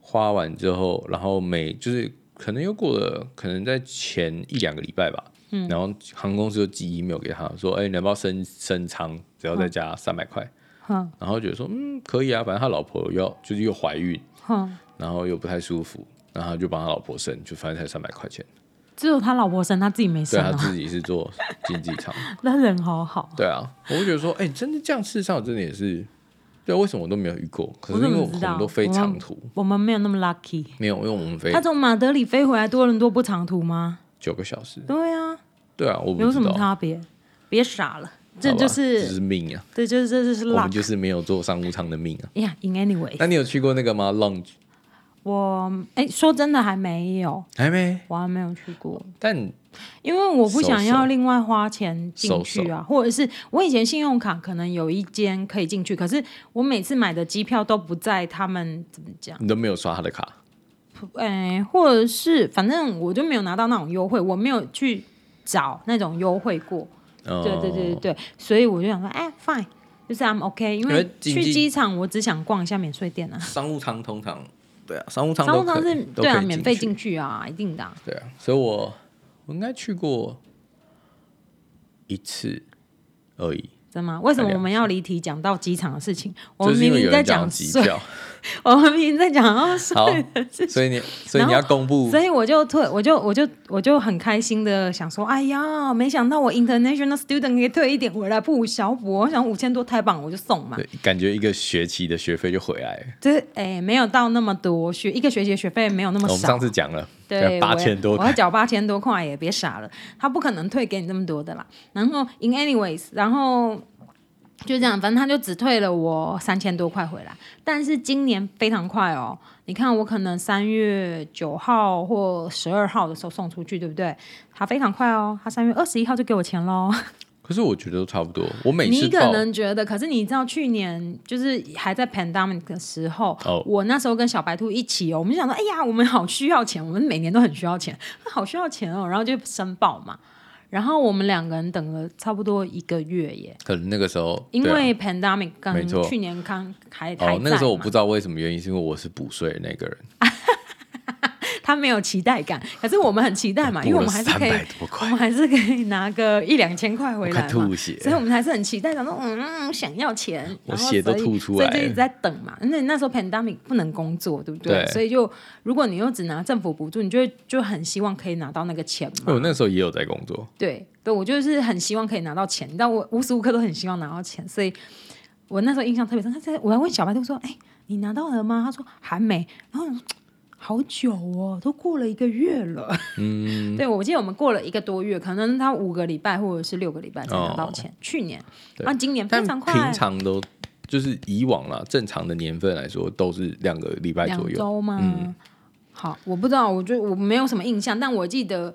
S1: 花完之后，然后每就是可能又过了可能在前一两个礼拜吧，嗯，然后航空公司就寄 email 给他说，哎、你要不要升升舱？只要再加三百块，
S2: 哼
S1: 然后觉得说，嗯，可以啊，反正他老婆又要就是又怀孕，
S2: 哼，
S1: 然后又不太舒服，然后他就帮他老婆升，就反正才三百块钱，
S2: 只有他老婆生，他自己没
S1: 对
S2: 生
S1: 他
S2: 啊。
S1: 自己是做经济 舱，
S2: 那人好好，
S1: 对啊，我会觉得说，哎、真的这样，事实上真的也是，对啊，为什么我都没有遇过？可
S2: 我
S1: 是因
S2: 怎
S1: 为
S2: 么
S1: 我
S2: 知
S1: 们
S2: 道
S1: 都飞
S2: 我
S1: 长途，
S2: 我们没有那么 lucky。
S1: 没有，因为我们飞
S2: 他从马德里飞回来多伦多不长途吗？
S1: 九个小时。
S2: 对啊，
S1: 对啊，我不
S2: 有什
S1: 知
S2: 么
S1: 道，好吧
S2: 差别？别傻了，这就，
S1: 就是命啊，
S2: 对，就是这就是
S1: 我们
S2: luck。
S1: 就是没有做商务舱的命啊。
S2: 哎呀，in anyway，
S1: 那你有去过那个吗？Lounge
S2: 我哎，说真的还没有，
S1: 还没，
S2: 我还没有去过，
S1: 但
S2: 因为我不想
S1: 收
S2: 要
S1: 手
S2: 另外花钱进去啊，或者是我以前信用卡可能有一间可以进去，可是我每次买的机票都不在他们怎么讲，
S1: 你都没有刷他的卡，
S2: 哎，或者是反正我就没有拿到那种优惠，我没有去找那种优惠过，
S1: 嗯，
S2: 对对对对对，所以我就想说，哎，fine，就是 I'm OK，因
S1: 因为
S2: 为
S1: 经
S2: 去
S1: 济
S2: 机场我只想逛一下免税店啊，
S1: 商务舱通常对啊，商务舱
S2: 商务
S1: 都可
S2: 舱
S1: 以
S2: 是
S1: 都
S2: 对啊，
S1: 可以
S2: 免费
S1: 去
S2: 进去啊，一定的啊、
S1: 对啊，所以我我应该去过一次而已，
S2: 真的吗？啊为什么
S1: 哎呀
S2: 我们要离题讲到机场的事情？我
S1: 就
S2: 们
S1: 是因
S2: 明
S1: 为有
S2: 明哦在
S1: 人讲
S2: 讲
S1: 到机
S2: 税，
S1: 票，
S2: 我们明明在讲到税，
S1: 好，所以你所以你要公布
S2: 所以我就退，我就我就我就很开心的想说，哎呀，没想到我 international student 可以退一点回来，不无小补。我想五千多台镑我就送嘛，
S1: 对，感觉一个学期的学费就回来了。
S2: 就是哎没有到那么多，学一个学期的学费没有那么
S1: 我们上
S2: 少。
S1: 次讲了，啊
S2: 对，
S1: 呃八
S2: 我要
S1: 千多
S2: 我
S1: 块
S2: 要，缴八千多块也别傻了，他不可能退给你这么多的啦。然后，in anyways，然后就这样，反正他就只退了我三千多块回来。但是今年非常快哦，你看我可能三月九号或十二号的时候送出去，对不对？他非常快哦，他三月二十一号就给我钱喽。
S1: 可是我觉得都差不多。我每次
S2: 你可
S1: 报
S2: 能觉得，可是你知道去年就是还在 pandemic 的时候
S1: 哦
S2: 我那时候跟小白兔一起哦，我们就想说，哎呀，我们好需要钱，我们每年都很需要钱， 好需要钱哦，然后就申报嘛。然后我们两个人等了差不多一个月耶，
S1: 可能那个时候
S2: 因
S1: 对啊
S2: 为 pandemic
S1: 没
S2: 跟
S1: 错
S2: 去年刚还还
S1: 哦，那个时候我
S2: 在嘛
S1: 不知道为什么原因，是因为我是补税的那个人，
S2: 他没有期待感，可是我们很期待嘛，因为我们还是可以
S1: 补了300多
S2: 我
S1: 块
S2: 们还是可以拿个一两千块回来
S1: 我快
S2: 嘛，
S1: 吐血
S2: 所以我们还是很期待，想说嗯，想要钱，
S1: 我
S2: 然后
S1: 血都
S2: 所以
S1: 吐出来了
S2: 所以就一直在等嘛。那那时候 pandemic 不能工作，对不对？
S1: 对
S2: 所以就如果你又只拿政府补助，你就会就很希望可以拿到那个钱嘛。
S1: 我那时候也有在工作，
S2: 对对，我就是很希望可以拿到钱，但我无时无刻都很希望拿到钱，所以我那时候印象特别深。他在我还问小白兔说：“哎、你拿到了吗？”他说：“还没。”然后我想说好久哦，都过了一个月了。 嗯，对，我记得我们过了一个多月，可能他五个礼拜或者是六个礼拜才拿到钱。去年，然后今年非
S1: 但
S2: 常快，
S1: 平常都就是以往啦，正常的年份来说都是两个礼拜左
S2: 两
S1: 右。
S2: 周吗？嗯好，我不知道，我就我没有什么印象，但我记得，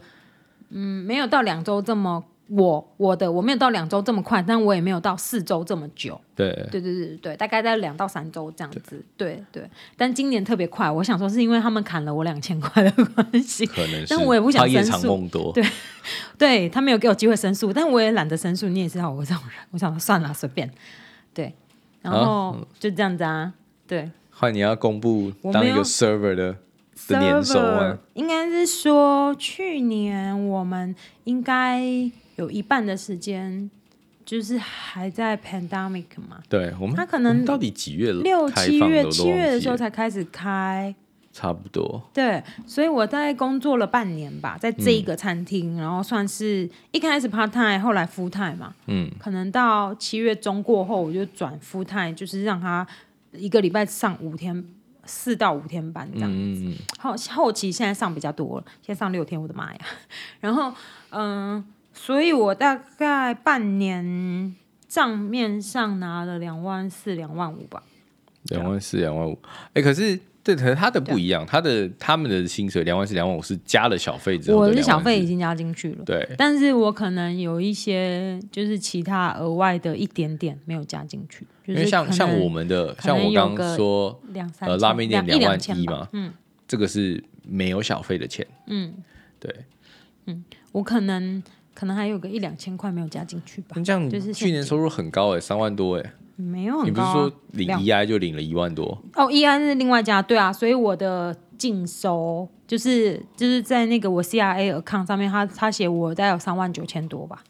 S2: 嗯，没有到两周这么我我的我没有到两周这么快，但我也没有到四周这么久。
S1: 对，
S2: 对对对对对，大概在两到三周这样子。对对，但今年特别快，我想说是因为他们砍了我两千块的关系。
S1: 可能是。
S2: 但我也不想
S1: 他夜
S2: 申
S1: 长
S2: 诉
S1: 梦多，
S2: 对他没有给我机会申诉，但我也懒得申诉。你也知道我这种人，我想说算了，随便。对，然后就这样子啊。对
S1: 换你要公布
S2: 我
S1: 当
S2: 没
S1: 一个
S2: 有
S1: server 的的年收
S2: ，server
S1: 啊，
S2: 应该是说去年我们应该有一半的时间就是还在 pandemic 嘛，
S1: 对我们
S2: 他可能
S1: 哦我们到底几月了
S2: 六
S1: 开
S2: 七
S1: 放的
S2: 月
S1: 我都
S2: 七月
S1: 忘
S2: 的
S1: 记
S2: 时候
S1: 了
S2: 才开始开。
S1: 差不多，
S2: 对，所以我在工作了半年吧，
S1: 嗯
S2: 在这一个餐厅，然后算是一开始 part time，后来 full time 嘛，
S1: 嗯，
S2: 可能到七月中过后，我就转 full time，就是让他一个礼拜上五天，四到五天班这样。
S1: 嗯，
S2: 后后期现在上比较多了，现在上六天，我的妈呀！然后，嗯，所以我大概半年账面上拿了两万四、两万五吧。啊
S1: 两万四、两万五，哎，可是对，可是他的不一样，他的他们的薪水两万四、两万五是加了小费之后，
S2: 我的小费已，经加进去了。
S1: 对，
S2: 但是我可能有一些就是其他额外的一点点没有加进去，就
S1: 因
S2: 是
S1: 为像
S2: 可能
S1: 像我们的，
S2: 可
S1: 像
S2: 能
S1: 我刚刚
S2: 有个
S1: 说
S2: 两三
S1: 呃
S2: 千
S1: 拉面店
S2: 两
S1: 万
S2: 千
S1: 一
S2: 吧
S1: 嘛，嗯，这个是没有小费的钱，
S2: 嗯，
S1: 对，
S2: 我可能可能还有个一两千块没有加进去吧
S1: 那，这样
S2: 就是
S1: 去年收入很高哎，三万多哎，
S2: 没有
S1: 你
S2: 很
S1: 不
S2: 高
S1: 是
S2: 啊、
S1: 说领
S2: 两
S1: EI 就领了一万多，
S2: 哦，依然是另外加对啊，所以我的净收就是就是在那个我 CRA account 上面，他他写我大概有三万九千多吧。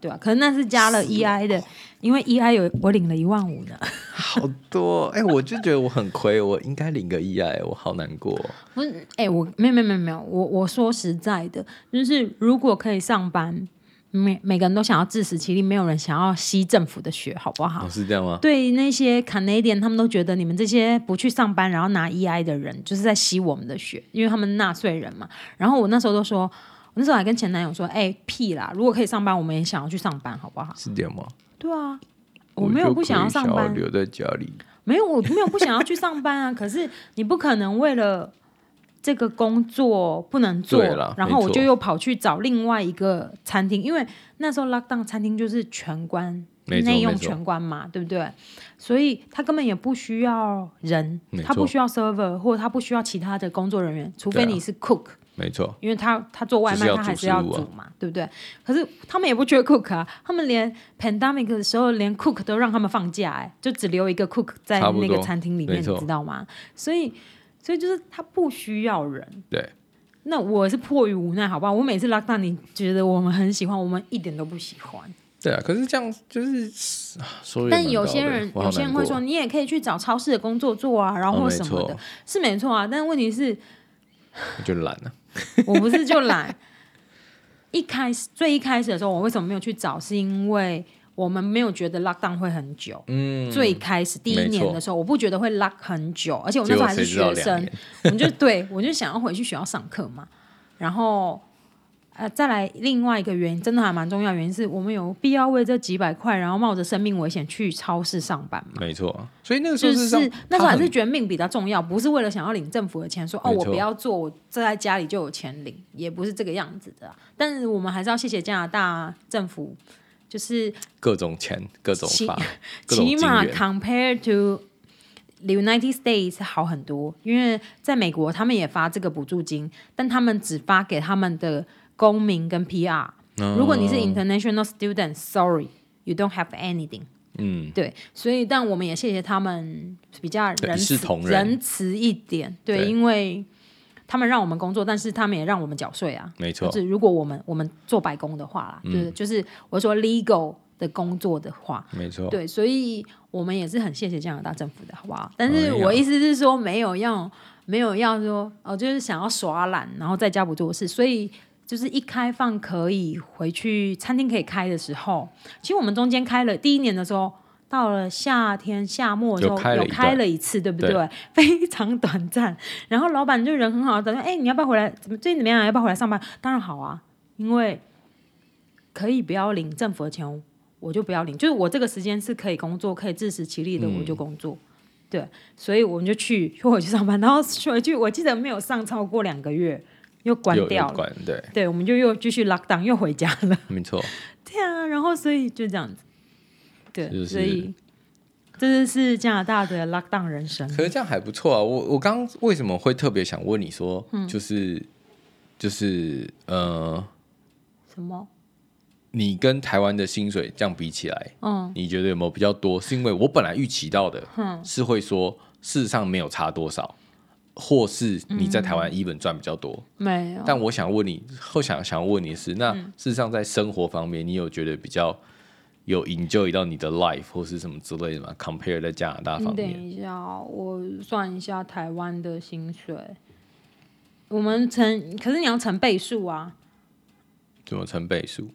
S2: 对啊，可能那是加了 EI 的，因为 EI 有我领了一万五呢。
S1: 好多哎、我就觉得我很亏，我应该领个 EI，我好难过。 哦
S2: 不是，哎、我没有没有没有没有，我我说实在的，就是如果可以上班，每每个人都想要自食其力，没有人想要吸政府的血，好不好？
S1: 哦，是这样吗？
S2: 对那些 Canadian，他们都觉得你们这些不去上班然后拿 EI 的人，就是在吸我们的血，因为他们纳税人嘛。然后我那时候都说，我那时候还跟前男友说，哎、屁啦，如果可以上班，我们也想要去上班，好不好？
S1: 是这样吗？
S2: 对啊，我没有不想要上
S1: 我就可以
S2: 班
S1: 想要，留在家里。
S2: 没有，我没有不想要去上班啊。可是你不可能为了这个工作不能做
S1: 对啦，
S2: 然后我
S1: 没错
S2: 就又跑去找另外一个餐厅，因为那时候 lockdown 餐厅就是全关，
S1: 没错
S2: 内用
S1: 没错
S2: 全关嘛，对不对？所以他根本也不需要人
S1: 没，错
S2: 他不需要 server 或者他不需要其他的工作人员，除非
S1: 对啊
S2: 你是 cook。
S1: 没错，
S2: 因为他他做外
S1: 就是
S2: 卖，
S1: 要
S2: 他还
S1: 煮
S2: 是
S1: 食
S2: 要
S1: 物啊
S2: 煮嘛，对不对？可是他们也不缺 cook 啊，他们连 pandemic 的时候，连 cook 都让他们放假、哎，就只留一个 cook 在
S1: 差不
S2: 那个
S1: 多
S2: 餐厅里
S1: 没
S2: 面，
S1: 错
S2: 你知道吗？所以，所以就是他不需要人。
S1: 对，
S2: 那我是迫于无奈，好不好？我每次拉到你觉得我们很喜欢，我们一点都不喜欢。
S1: 对啊。可是这样就是，啊收入也蛮
S2: 但
S1: 高的
S2: 有些人，
S1: 我好
S2: 有些人
S1: 难过
S2: 会说，你也可以去找超市的工作做啊，然后
S1: 哦
S2: 或
S1: 没
S2: 什么的，
S1: 错
S2: 是没错啊。但问题是，
S1: 我就懒了。
S2: 我不是就懒。一开始最一开始的时候，我为什么没有去找？是因为我们没有觉得 lockdown 会很久。
S1: 嗯，
S2: 最开始第一
S1: 没错
S2: 年的时候，我不觉得会 lock 很久，而且我那
S1: 结
S2: 时
S1: 果
S2: 候还
S1: 谁
S2: 是
S1: 知道
S2: 学
S1: 两
S2: 生
S1: 年，？
S2: 我就对我就想要回去学校上课嘛。然后，呃，再来另外一个原因，真的还蛮重要，原因是我们有必要为这几百块，然后冒着生命危险去超市上班吗？
S1: 没错，所以那个时候
S2: 就
S1: 事实上
S2: 是那时候
S1: 他
S2: 还
S1: 很
S2: 是觉得命比较重要，不是为了想要领政府的钱，说哦
S1: 没
S2: 我
S1: 错
S2: 不要做，我在家里就有钱领，也不是这个样子的啊、但是我们还是要谢谢加拿大政府，就是
S1: 各种钱，各种
S2: 起
S1: 法，各种
S2: 起
S1: 金
S2: 码
S1: 源。
S2: compare to。The United States 好很多，因为在美国他们也发这个补助金，但他们只发给他们的公民跟 PR。如
S1: 哦
S2: 果你是 international student，sorry，you don't have anything。
S1: 嗯，
S2: 对，所以但我们也谢谢他们比较
S1: 对
S2: 仁
S1: 一视
S2: 慈
S1: 同仁
S2: 仁慈一点，对，
S1: 对
S2: 因为他们让我们工作，但是他们也让我们缴税啊。
S1: 没错，
S2: 就是如果我们我们做白工的话啦，
S1: 嗯
S2: 对，就是我说 legal 的工作的话，
S1: 没错，
S2: 对，所以我们也是很谢谢加拿大政府的，好不好？但
S1: 哎
S2: 是
S1: 呀
S2: 我意思是说，没有要没有要说哦，就是想要耍懒，然后在家不做事，所以就是一开放可以回去餐厅可以开的时候，其实我们中间开了第一年的时候。到了夏天夏末的时候，
S1: 有开了
S2: 有
S1: 一
S2: 开
S1: 段
S2: 了一次，对不对？
S1: 对
S2: 非常短暂。然后老板就人很好，他说：“哎、你要不要回来？怎么最近怎么样啊？要不要回来上班？”当然好啊，因为可以不要领政府的钱哦，我就不要领，就是我这个时间是可以工作，可以自食其力
S1: 嗯
S2: 的，我就工作。 对，所以我们就去，我去上班，然后回去，我记得没有上超过两个月，又关
S1: 又
S2: 掉
S1: 有
S2: 了。
S1: 关，对，
S2: 对，我们就又继续 lock down，又回家了。
S1: 没错，
S2: 对啊，然后所以就这样子，对，
S1: 就是
S2: 所以这就是加拿大的 lock down 人生。
S1: 可是这样还不错啊。我我刚为什么会特别想问你说，
S2: 嗯
S1: 就是就是呃，
S2: 什么？
S1: 你跟台湾的薪水这样比起来，
S2: 嗯，
S1: 你觉得有没有比较多？是因为我本来预期到的是会说，事实上没有差多少，或是你在
S2: 嗯
S1: 台湾 even 赚比较多。
S2: 没有。
S1: 但我想问你，后想想要问你的是，
S2: 嗯
S1: 那事实上在生活方面，你有觉得比较有 enjoy 到你的 life 或是什么之类的吗？compare 在加拿大
S2: 你
S1: 方
S2: 等
S1: 面，
S2: 一下哦，我算一下台湾的薪水。我们乘，可是你要乘倍数啊。
S1: 怎么成倍数？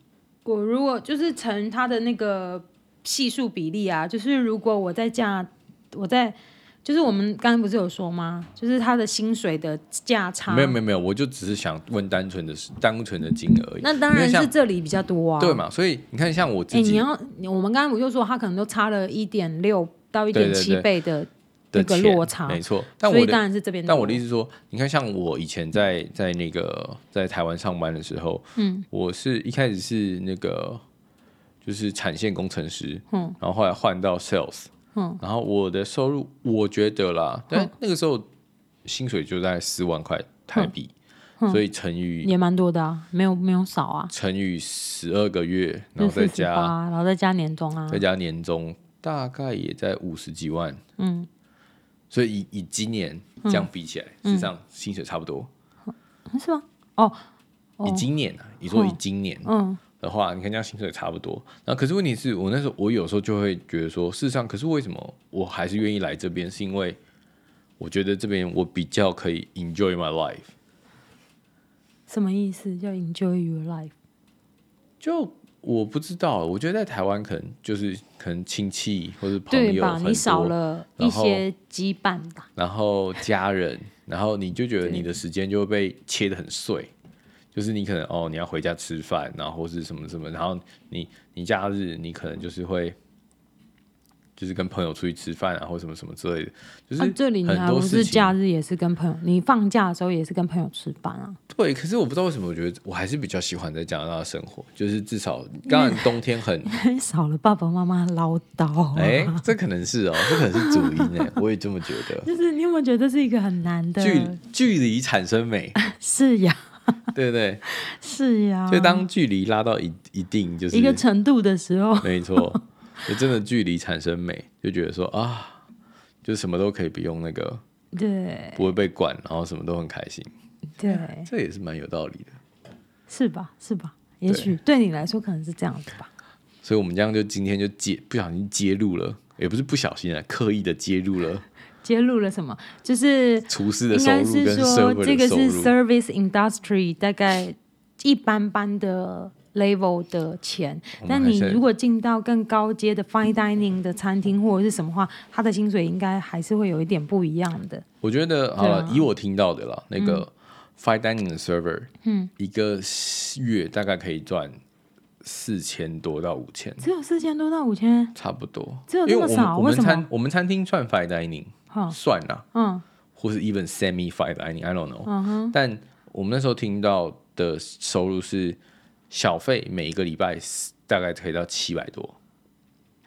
S2: 我如果就是乘它的那个系数比例啊，就是如果我在价，我在就是我们刚刚不是有说吗？就是它的薪水的价差。
S1: 没有没有没有，我就只是想问单纯的单纯的金额而已。
S2: 那当然
S1: 因为
S2: 是
S1: 像
S2: 这里比较多啊。
S1: 对嘛？所以你看，像我
S2: 哎、
S1: 自
S2: 你
S1: 己
S2: 要你我们刚才不就说它可能都差了一点六到一
S1: 对
S2: 点
S1: 对
S2: 七
S1: 对
S2: 倍的
S1: 的
S2: 那个
S1: 钱
S2: 落差，
S1: 没错。但
S2: 所以
S1: 我
S2: 当
S1: 的
S2: 然是这边多。
S1: 但我的意思是说，你看，像我以前在在那个在台湾上班的时候，嗯，我是一开始是那个就是产线工程师，
S2: 嗯，
S1: 然后后来换到 sales，
S2: 嗯，
S1: 然后我的收入我觉得啦，但那个时候薪水就在四万块台币，
S2: 嗯
S1: 所以乘以
S2: 也蛮多的啊，没有没有少啊，
S1: 乘以十二个月，然后
S2: 就
S1: 再
S2: 四十
S1: 加
S2: 八，然后再加年终啊
S1: 再，加年终，大概也在五十几万。
S2: 嗯，
S1: 所以以以今年这样比起来，事实上薪水差不多。
S2: 是吗？嗯哦，
S1: 以今年啊，你说以今年
S2: 嗯，
S1: 的话，你看这样薪水差不多。那可是问题是我那时候我有时候就会觉得说，事实上，可是为什么我还是愿意来这边？是因为我觉得这边我比较可以 enjoy my life。
S2: 什么意思？叫 enjoy your life？
S1: 就我不知道，我觉得在台湾可能就是可能亲戚或是朋
S2: 对
S1: 友
S2: 吧？
S1: 很
S2: 你少
S1: 多，
S2: 了一
S1: 然后
S2: 些羁绊吧。
S1: 然后家人， 然后你就觉得你的时间就会被切得很碎，就是你可能哦你要回家吃饭，然后或是什么什么，然后你你假日你可能就是会。就是跟朋友出去吃饭啊，或什么什么之类的，就是、
S2: 啊
S1: 很，
S2: 这里你还
S1: 多
S2: 不
S1: 事
S2: 是
S1: 情
S2: 假日也是跟朋友，你放假的时候也是跟朋友吃饭啊？
S1: 对，可是我不知道为什么，我觉得我还是比较喜欢在加拿大的生活，就是至少当然冬天 很
S2: 少了爸爸妈妈唠叨。啊
S1: 哎、这可能是哦，这可能是主因 哎，我也这么觉得。
S2: 就是你有没有觉得这是一个很难的？
S1: 距距离产生美，
S2: 是呀，
S1: 对不 对？
S2: 是呀。
S1: 就当距离拉到一一定，就是
S2: 一个程度的时候，
S1: 没错，就真的距离产生美，就觉得说啊，就什么都可以不用那个，
S2: 对
S1: 不会被管，然后什么都很开心，
S2: 对，
S1: 这也是蛮有道理的。
S2: 是吧？是吧？也许对你来说可能是这样子吧。
S1: 所以我们这样就今天就揭不小心揭露了，也不是不小心啊，刻意的揭露了
S2: 揭露了什么？就是
S1: 厨师的
S2: 应
S1: 收
S2: 该
S1: 入
S2: 是
S1: 跟社
S2: 说，
S1: 会
S2: 这
S1: 的
S2: 个
S1: 收
S2: 是
S1: 入，
S2: service industry 大概一般般的 level 的钱
S1: 我，们
S2: 但
S1: 还
S2: 你
S1: 是
S2: 如果进到更高阶的 fine dining 的餐厅或者是什么话，他的薪水应该还是会有一点不一样的。
S1: 我觉得好了，
S2: 对啊嗯
S1: 以我听到的啦，那个 fine dining 的 server，嗯，一个月大概可以赚四千多到五千，
S2: 只有四千多到五千，
S1: 差不多。
S2: 只有
S1: 因
S2: 这
S1: 为我们
S2: 么少
S1: 我们
S2: 为什么
S1: 餐我们餐厅算 fine dining
S2: 哈，
S1: 算啦，
S2: 嗯
S1: 或是 even semi fine dining，I don't know、
S2: 嗯哼，
S1: 但我们那时候听到的收入是小费，每一个礼拜大概可以到七百多，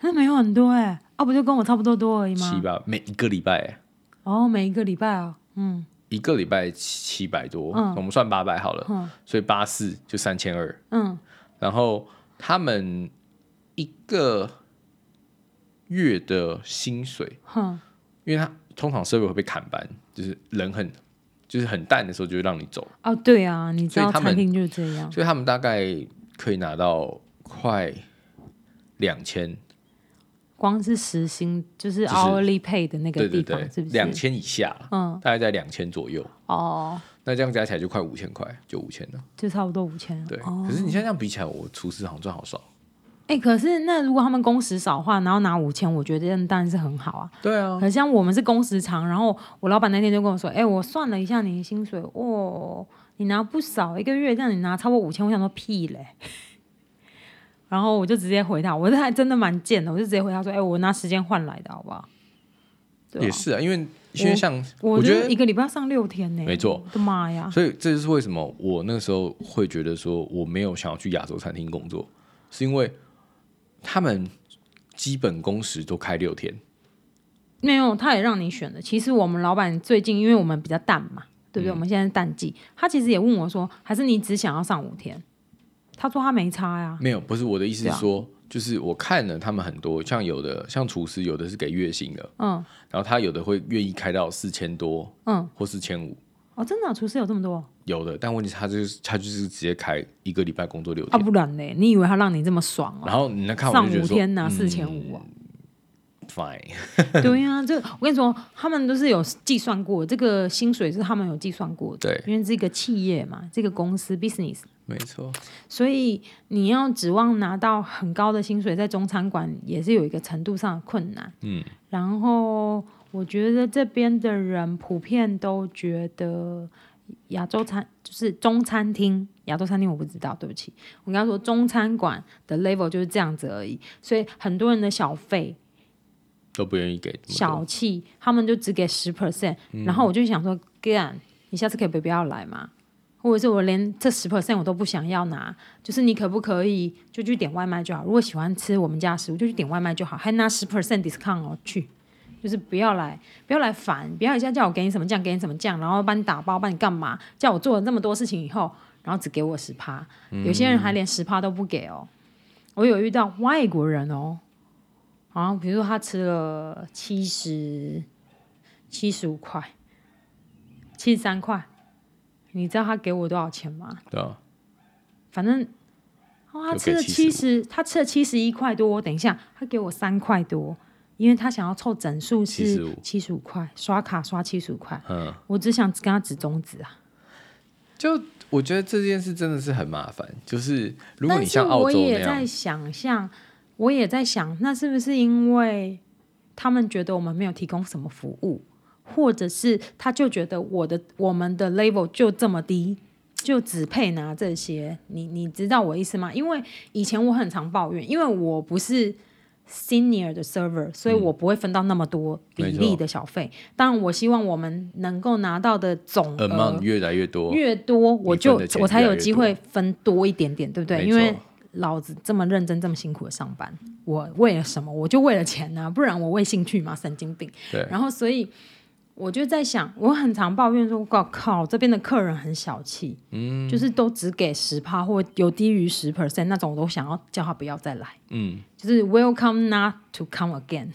S2: 那没有很多哎、啊，不就跟我差不多多而已
S1: 七
S2: 吗？
S1: 八每一个礼拜、欸
S2: 哦，每一个礼拜啊，嗯，
S1: 一个礼拜七百多，
S2: 嗯
S1: 我们算八百好了，
S2: 嗯
S1: 所以八四就三千二，
S2: 嗯，
S1: 然后他们一个月的薪水，
S2: 哼，
S1: 因为他通常社会会被砍班，就是人很就是很淡的时候就会让你走，
S2: 哦，对啊，你知
S1: 所以
S2: 道
S1: 他们
S2: 餐厅就是这样，
S1: 所以他们大概可以拿到快两千，
S2: 光是时薪就
S1: 是
S2: 是 hourly pay 的那个
S1: 对
S2: 地
S1: 对
S2: 方，
S1: 对
S2: 是不，是？
S1: 两千以下，
S2: 嗯，
S1: 大概在两千左右，
S2: 哦，
S1: 那这样加起来就快五千块，就五千了。
S2: 就差不多五千。
S1: 对，
S2: 哦，
S1: 可是你现在这样比起来，我厨师好像赚好少。
S2: 哎、可是那如果他们工时少的话，然后拿五千，我觉得当然是很好啊。
S1: 对啊，
S2: 可像我们是工时长，然后我老板那天就跟我说，哎、我算了一下你的薪水，哦，你拿不少，一个月让你拿超过五千，我想说屁嘞。然欸后我就直接回他，我这还真的蛮贱的，我就直接回他说，哎、我拿时间换来的好不好？对吧
S1: 也是啊，因为因为像
S2: 我
S1: 觉
S2: 觉
S1: 得
S2: 得一个礼拜上六天呢、
S1: 没错，
S2: 我的 妈呀！
S1: 所以这就是为什么我那个时候会觉得说我没有想要去亚洲餐厅工作，是因为他们基本工时都开六天，
S2: 没有，他也让你选的。其实我们老板最近，因为我们比较淡嘛，对不
S1: 嗯
S2: 对？我们现在是淡季，他其实也问我说，还是你只想要上五天？他说他没差呀、
S1: 没有不是我的意思
S2: 啊对
S1: 是
S2: 啊
S1: 说，就是我看了他们很多，像有的像厨师有的是给月薪的，
S2: 嗯
S1: 然后他有的会愿意开到四千多
S2: 嗯，
S1: 或四千五，
S2: 哦，真的啊、厨师有这么多
S1: 有的，但问题是他就是他就是直接开一个礼拜工作六
S2: 啊？
S1: 天，
S2: 不然呢？你以为他让你这么爽哦、
S1: 然后你那看我
S2: 上
S1: 就觉
S2: 五
S1: 得
S2: 天
S1: 说嗯
S2: 拿四千五啊？
S1: fine，
S2: 对呀、这我跟你说，他们都是有计算过，这个薪水是他们有计算过的，
S1: 对，
S2: 因为这个企业嘛，这个公司 business，
S1: 没错，
S2: 所以你要指望拿到很高的薪水，在中餐馆也是有一个程度上的困难。
S1: 嗯，
S2: 然后我觉得这边的人普遍都觉得亚洲餐就是中餐厅，亚洲餐厅我不知道，对不起，我刚刚说中餐馆的 level 就是这样子而已，所以很多人的小费
S1: 都不愿意给这么多
S2: 小气，他们就只给十 percent，然后我就想说，Gan，你下次可以不要来嘛，或者是我连这十 percent 我都不想要拿，就是你可不可以就去点外卖就好？如果喜欢吃我们家的食物，就去点外卖就好，还拿十 percent discount 哦，去。就是不要来，不要来烦，不要一下叫我给你什么酱，给你什么酱，然后帮你打包，帮你干嘛？叫我做了那么多事情以后，然后只给我十趴，有些人还连十趴都不给哦。我有遇到外国人哦，好像比如说他吃了七十七十五块，七十三块，你知道他给我多少钱吗？
S1: 对啊，
S2: 反正哦，他
S1: 就
S2: 吃
S1: 给
S2: 了七十，他吃了七十一块多，等一下他给我三块多，因为他想要凑整数是
S1: 75
S2: 七十五块，刷卡刷七十五块，
S1: 嗯。
S2: 我只想跟他指中指啊。
S1: 就我觉得这件事真的是很麻烦，就是如果
S2: 但
S1: 你
S2: 是
S1: 像澳
S2: 我
S1: 洲那
S2: 也在
S1: 样，
S2: 想象，我也在想，那是不是因为他们觉得我们没有提供什么服务，或者是他就觉得我的我们的 level 就这么低，就只配拿这些？你你知道我意思吗？因为以前我很常抱怨，因为我不是。senior 的 server，所以我不会分到那么多
S1: 嗯
S2: 比
S1: 没错
S2: 例的小费。当然，我希望我们能够拿到的总额
S1: amount 越来越多，
S2: 呃越多，我
S1: 你
S2: 就
S1: 分的钱
S2: 我才
S1: 越来
S2: 有
S1: 越
S2: 机会分多一点点，对不对？
S1: 没
S2: 因
S1: 错
S2: 为老子这么认真、这么辛苦的上班，我为了什么？我就为了钱啊，不然我为兴趣嘛，神经病。
S1: 对
S2: 然后所以我就在想，我很常抱怨说，靠靠，这边的客人很小气，嗯，就是都只给十趴或有低于十 percent 那种，我都想要叫他不要再来。
S1: 嗯，
S2: 就是 Welcome not to come again。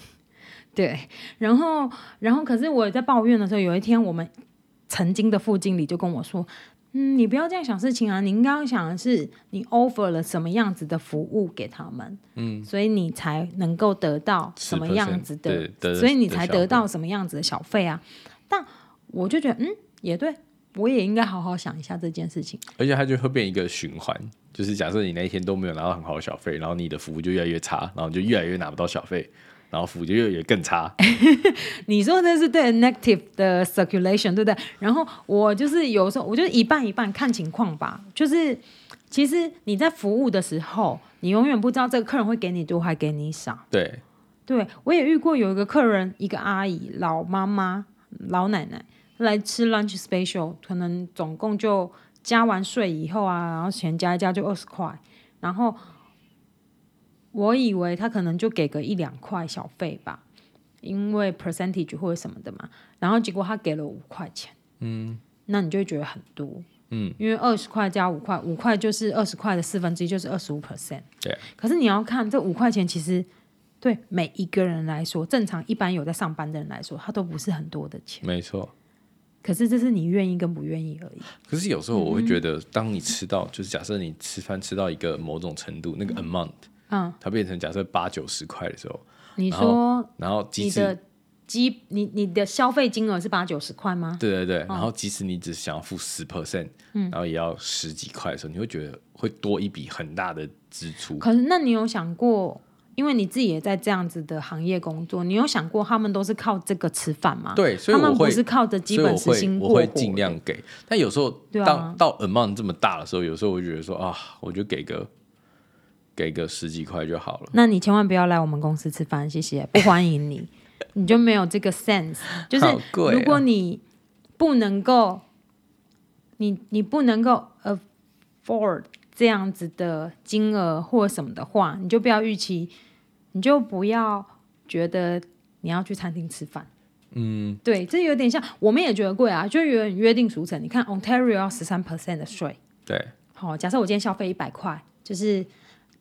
S2: 对，然后，然后，可是我在抱怨的时候，有一天我们曾经的副经理就跟我说：“嗯，你不要这样想事情啊，你应该要想的是你 offer 了什么样子的服务给他们，嗯，所以你才能够得到什么样子的
S1: 10%对的
S2: 所以你
S1: 的
S2: 才
S1: 小费
S2: 得到什么样子的小费啊。”但我就觉得，嗯，也对，我也应该好好想一下这件事情。
S1: 而且它就会变一个循环，就是假设你那一天都没有拿到很好的小费，然后你的服务就越来越差，然后你就越来越拿不到小费，然后服务就越来越更差，
S2: 你说的是对 negative 的 circulation，对不对？然后我就是有时候，我就一半一半看情况吧。就是其实你在服务的时候，你永远不知道这个客人会给你多还给你少。
S1: 对，
S2: 对我也遇过有一个客人，一个阿姨，老妈妈、老奶奶来吃 lunch special，可能总共就加完税以后啊，然后钱加一加就二十块，然后我以为他可能就给个一两块小费吧，因为 percentage 或者什么的嘛，然后结果他给了五块钱，嗯，那你就会觉得很多，嗯，因为二十块加五块，五块就是二十块的四分之一，就是二十五 percent，
S1: 对啊
S2: 可是你要看这五块钱其实。对每一个人来说，正常一般有在上班的人来说，他都不是很多的钱。
S1: 没错。
S2: 可是这是你愿意跟不愿意而已。
S1: 可是有时候我会觉得，当你吃到，就是假设你吃饭吃到一个某种程度，那个 amount，
S2: 嗯，
S1: 它变成假设八九十块的时候，
S2: 你
S1: 然
S2: 说
S1: 然后即
S2: 你
S1: 使
S2: 的基你你的消费金额是八九十块吗？
S1: 对对对，然
S2: 嗯
S1: 后即使你只想要付十 percent，然后也要十几块的时候，你会觉得会多一笔很大的支出。
S2: 可是那你有想过，因为你自己也在这样子的行业工作，你有想过他们都是靠这个吃饭吗？
S1: 对，所以
S2: 他
S1: 我
S2: 们不
S1: 会，
S2: 是靠着基
S1: 所以我
S2: 本时
S1: 会
S2: 薪
S1: 我
S2: 过
S1: 会
S2: 活
S1: 尽量给，但有时候
S2: 对啊
S1: 到、到 amount 这么大的时候，有时候我就觉得说啊，我就给个给个十几块就好了。
S2: 那你千万不要来我们公司吃饭，谢谢，不欢迎你。你就没有这个 sense。就是
S1: 好贵哦
S2: 如果你不能够，你你不能够 afford 这样子的金额或什么的话，你就不要预期，你就不要觉得你要去餐厅吃饭。嗯，对，这有点像，我们也觉得贵啊，就有点约定俗成。你看 Ontario 要十三 percent 的税，
S1: 对，
S2: 好、假设我今天消费一百块，就是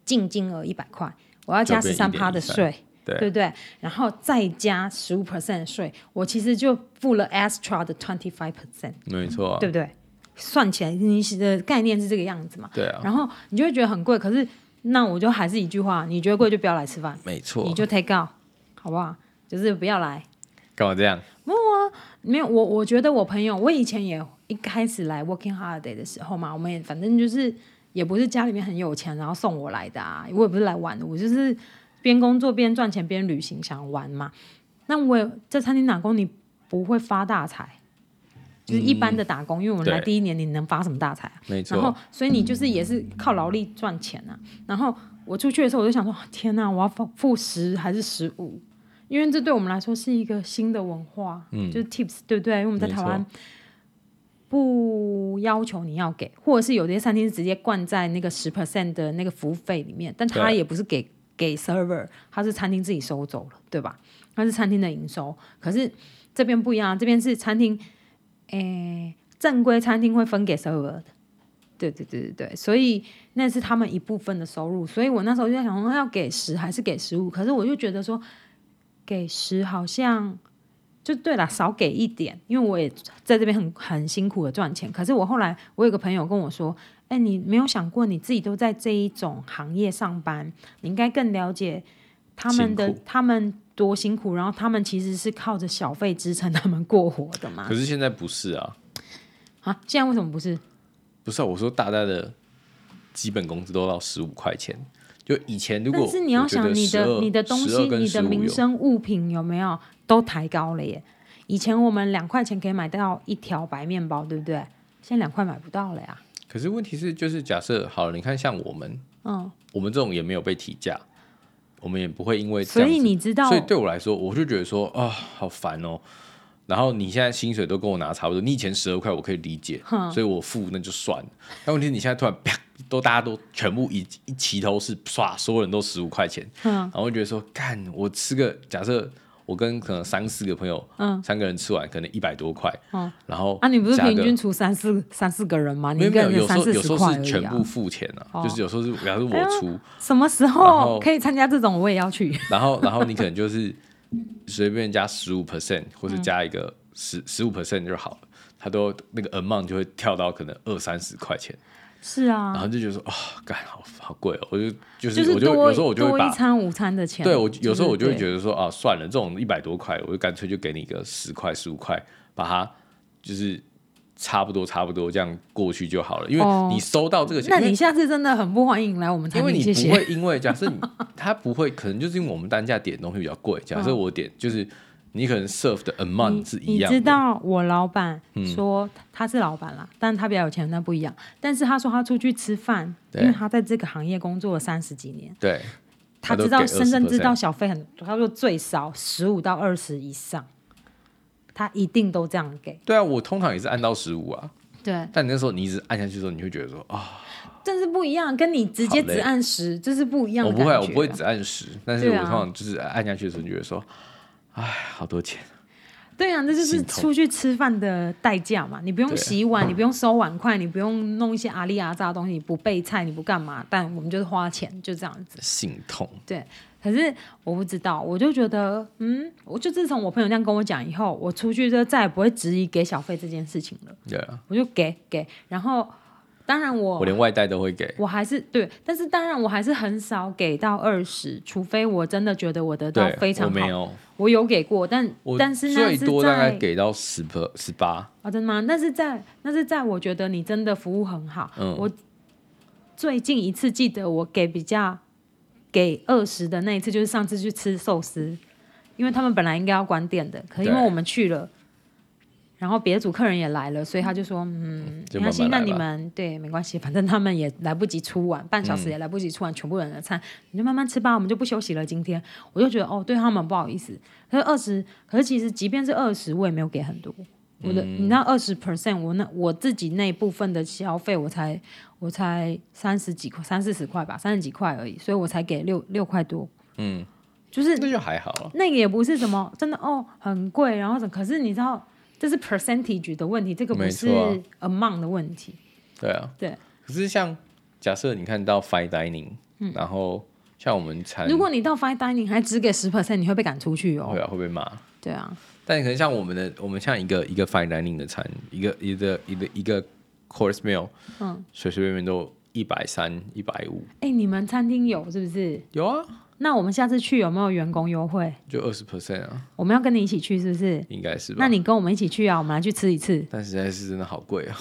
S2: 净金额一百块，我要加
S1: 就
S2: 十
S1: 变
S2: 三趴的
S1: 1.13
S2: 税，
S1: 对
S2: 不对？然后再加十五 percent 的税，我其实就付了 extra 的 twenty five percent，
S1: 没错啊、
S2: 对不对？算起来，你的概念是这个样子嘛？
S1: 对啊，
S2: 然后你就会觉得很贵，可是那我就还是一句话，你觉得贵就不要来吃饭，
S1: 没错
S2: 你，就 take out，好不好？就是不要来，
S1: 干嘛这样？
S2: 没有，我我觉得我朋友，我以前也一开始来 Working Holiday 的时候嘛，我们也反正就是也不是家里面很有钱，然后送我来的啊，我也不是来玩的，我就是边工作边赚钱边旅行，想玩嘛。那我也在餐厅打工，你不会发大财，就是一般的打工，因为我们来
S1: 对
S2: 第一年，你能发什么大财啊？
S1: 没
S2: 然后
S1: 错，，
S2: 所以你就是也是靠劳力赚钱啊。然后我出去的时候，我就想说，天哪，我要付付十还是十五？因为这对我们来说是一个新的文化，嗯，就是 tips，对不对？因为我们在
S1: 没
S2: 台
S1: 错
S2: 湾不要求你要给，或者是有的餐厅是直接灌在那个十 percent 的那个服务费里面，但他
S1: 对
S2: 也不是给给 server，他是餐厅自己收走了，对吧？那是餐厅的营收，可是这边不一样啊，这边是餐厅，诶，正规餐厅会分给 server 的，对对对对对，所以那是他们一部分的收入，所以我那时候就在想，说要给十还是给十五？可是我就觉得说，给十好像就对了，少给一点，因为我也在这边很很辛苦的赚钱。可是我后来，我有个朋友跟我说，哎，你没有想过你自己都在这一种行业上班，你应该更了解他们的
S1: 辛苦
S2: 他们多辛苦，然后他们其实是靠着小费支撑他们过活的嘛
S1: 可。是现在不是啊，
S2: 啊，现在为什么不是？
S1: 不是啊，我说大家的基本工资都到十五块钱，就以前如果
S2: 但是你要
S1: 我觉得
S2: 想你的
S1: 12
S2: 你的东西、
S1: 12跟
S2: 你的
S1: 15
S2: 民
S1: 有
S2: 生物品有没有都抬高了耶？以前我们两块钱可以买到一条白面包，对不对？现在两块买不到了呀。
S1: 可是问题是，就是假设好了，你看像我们，
S2: 嗯，
S1: 我们这种也没有被提价，我们也不会因为这
S2: 所
S1: 样
S2: 以
S1: 子
S2: 你知道
S1: 所，以对我来说，我就觉得说啊，好烦哦。然后你现在薪水都跟我拿差不多，你以前十二块我可以理解，所以我付那就算了。但问题是你现在突然啪，都大家都全部一一齐头是唰，所有人都十五块钱，
S2: 嗯
S1: 然后我就觉得说干，我吃个假设我跟可能三四个朋友，
S2: 嗯
S1: 三个人吃完可能一百多块，
S2: 嗯
S1: 然后
S2: 啊，你不是
S1: 加个
S2: 平均除三四三四个人吗？你
S1: 没
S2: 一
S1: 有没
S2: 个
S1: 有，
S2: 人
S1: 有时
S2: 三
S1: 候
S2: 四
S1: 有时
S2: 十
S1: 候
S2: 块
S1: 是
S2: 而
S1: 全
S2: 已啊
S1: 部。付钱啊，
S2: 哦
S1: 就是有时候是比方说
S2: 哎呀
S1: 我 出，
S2: 什么时
S1: 然
S2: 候
S1: 后
S2: 可以参加这种？我也 要去。
S1: 然后然后你可能就是随便加十五
S2: 嗯
S1: percent 或是加一个十十五 percent 就好了，它都那个 amount 就会跳到可能二三十块钱，
S2: 是啊
S1: 然，后就觉得说啊，干好好贵哦，我就就是
S2: 是
S1: 我就有时候
S2: 多
S1: 我就会
S2: 多一
S1: 把。
S2: 餐午餐的钱。
S1: 对我有时候我就会
S2: 得
S1: 觉得说啊，算了，这种一百多块，我就干脆就给你个十块、十五块，把它就是差不多、差不多这样过去就好了。因
S2: 哦
S1: 为你收到这个钱，
S2: 那
S1: 因为
S2: 你下次真的很不欢迎来我们餐
S1: 哎因为
S2: 厅，
S1: 你
S2: 谢
S1: 不
S2: 谢。
S1: 会因为假设你他不会，可能就是因为我们单价点的东西比较贵。假设我点就是你可能 serve 的 amount 是一
S2: 嗯你
S1: 样
S2: 知
S1: 的，嗯
S2: 道我老板说他是老板啦，但他比较有钱，那不一样。但是他说他出去吃饭，因
S1: 对
S2: 为他在这个行业工作了三十几年，
S1: 对，
S2: 他
S1: 他都
S2: 知道
S1: 给
S2: 深圳
S1: 20%
S2: 知道小费很，他说最少十五到二十以上，他一定都这样给。
S1: 对啊，我通常也是按到十五啊，
S2: 对，
S1: 但你那时候你一直按下去的时候，你会觉得说啊，
S2: 但是不一样，跟你直接
S1: 好嘞
S2: 只按十，这是不一样
S1: 我
S2: 的
S1: 不会啊，我
S2: 感觉
S1: 不会只按十，但是我
S2: 对啊
S1: 通常就是按下去的时候，你觉得说，哎，好多钱，
S2: 对啊，这就是
S1: 心痛
S2: 出去吃饭的代价嘛。你不用洗碗，你不用收碗筷，你不用弄一些阿里阿扎的东西，你不备菜，你不干嘛，但我们就是花钱，就这样子。
S1: 心痛。
S2: 对，可是我不知道，我就觉得，嗯，我就自从我朋友这样跟我讲以后，我出去就再也不会质疑给小费这件事情了，
S1: 对啊，
S2: 我就给给。然后，当然我
S1: 我连外带都会给，
S2: 我还是对，但是当然我还是很少给到二十，除非我真的觉得我得到
S1: 对
S2: 非，
S1: 我
S2: 常好，
S1: 没
S2: 我
S1: 有，
S2: 有给过，但
S1: 我
S2: 但是那
S1: 最
S2: 是在
S1: 多大概给到十 per 十八，
S2: 啊、真的吗？那是在那是在我觉得你真的服务很好。
S1: 嗯
S2: 我最近一次记得我给比较给二十的那一次，就是上次去吃寿司，因为他们本来应该要关店的，可因为
S1: 对
S2: 我们去了，然后别的组客人也来了，所以他就说，嗯，
S1: 就
S2: 没
S1: 慢慢
S2: 关系，那
S1: 来
S2: 你
S1: 吧
S2: 们对没关系，反正他们也来不及出完，半
S1: 嗯
S2: 小时也来不及出完全部人的餐，你就慢慢吃吧，我们就不休息了。今天我就觉得哦，对他们不好意思。可是二十，可是其实即便是二十，我也没有给很多。我的，
S1: 嗯
S2: 你那二十 percent，我那我自己那一部分的消费，我才我才三十几块，三四十块吧，三十几块而已，所以我才给六六块多。
S1: 嗯，
S2: 就是
S1: 那就还好啊了。
S2: 那个也不是什么真的哦，很贵，然后什么可是你知道这是 percentage 的问题，这个不
S1: 没
S2: 是
S1: 错啊
S2: amount 的问题。
S1: 对啊，
S2: 对。
S1: 可是像假设你看到 fine dining，、然后像我们餐
S2: 嗯如果你到 fine dining 还只给十 percent，你会被赶出去哦
S1: 会。啊会被骂，
S2: 对啊，
S1: 但可能像我们的，我们像一个一个 fine dining 的餐，一个一个一个一个 course meal，
S2: 嗯，
S1: 随随便便都一百三、一百五，
S2: 哎，你们餐厅有是不是？
S1: 有啊，
S2: 那我们下次去有没有员工优惠？
S1: 就二十 percent 啊，
S2: 我们要跟你一起去是不是？
S1: 应该是吧，
S2: 那？你跟我们一起去啊，我们来去吃一次
S1: 但实在是真的好贵 啊！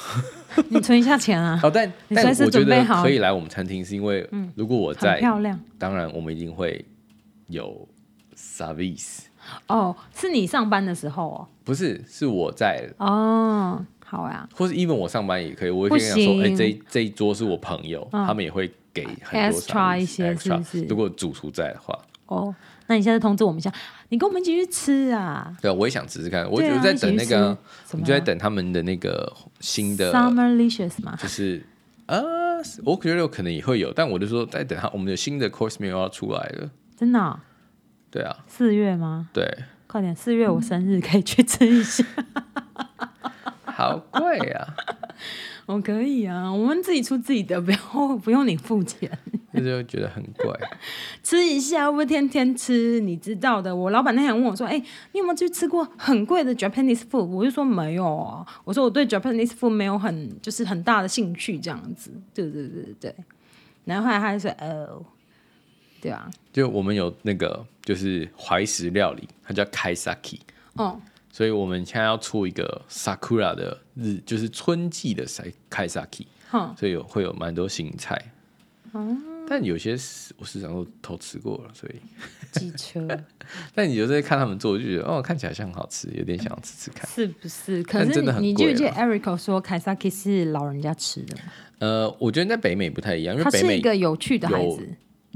S2: 你存一下钱啊，
S1: 哦，但
S2: 你
S1: 但
S2: 随时
S1: 我觉
S2: 准备
S1: 得
S2: 好嗯
S1: 可以来我们餐厅，是因为如果我
S2: 很
S1: 哦在，
S2: 漂亮
S1: 当然我们一定会有 service，
S2: 哦。是你上班的时候
S1: 不是是我在
S2: 哦，哦，好呀、
S1: 或是 even 我上班也可以，我也
S2: 不
S1: 可以跟他说，哎、
S2: 行
S1: 这一这一桌是我朋友，他们也会给很多
S2: Extra
S1: service，
S2: 一些
S1: extra
S2: 是不是
S1: 如果主厨在的话，
S2: 哦，那你下次通知我们一下，你跟我们一起去吃啊。
S1: 对啊，我也想试试看。我
S2: 对啊
S1: 我在等那个，
S2: 一起去吃
S1: 我
S2: 什么
S1: 们就在等他们的那个新的，
S2: Summer Licious 嘛，
S1: 就是呃，我觉得可能也会有，但我就说在等他我们的新的 course meal 要出来了。
S2: 真的哦
S1: 对啊，
S2: 四月吗？
S1: 对，
S2: 快点，四月我生日可以去吃一 下。
S1: 好贵啊，
S2: 我可以啊，我们自己出自己的，不要 不用你付钱，
S1: 那就觉得很贵。
S2: 吃一下，不天天吃，你知道的。我老板那天问我说：“哎、你有没有去吃过很贵的 Japanese food？” 我就说没有啊，我说我对 Japanese food 没有很就是很大的兴趣这样子。对对对对对，然后后来他就说：“哦，对啊，
S1: 就我们有那个就是怀石料理，它叫 kaisaki，
S2: 哦，
S1: 所以我们现在要出一个 sakura 的日，就是春季的 sai- kaisaki，
S2: 哼，
S1: 所以有会有蛮多新菜。但有些是我市场都偷吃过了，所以。
S2: 机车
S1: 但你就是看他们做，就觉得哦，看起来像很好吃，有点想要吃吃看。
S2: 是不是？可
S1: 但
S2: 是
S1: 真
S2: 你
S1: 的很
S2: 你记不
S1: 贵啊
S2: 记得
S1: 啦
S2: Eric 说凯撒 k 是老人家吃的吗？
S1: 呃，我觉得在北美不太一样，因
S2: 他
S1: 为北
S2: 是一
S1: 美
S2: 个有趣的孩
S1: 有
S2: 子。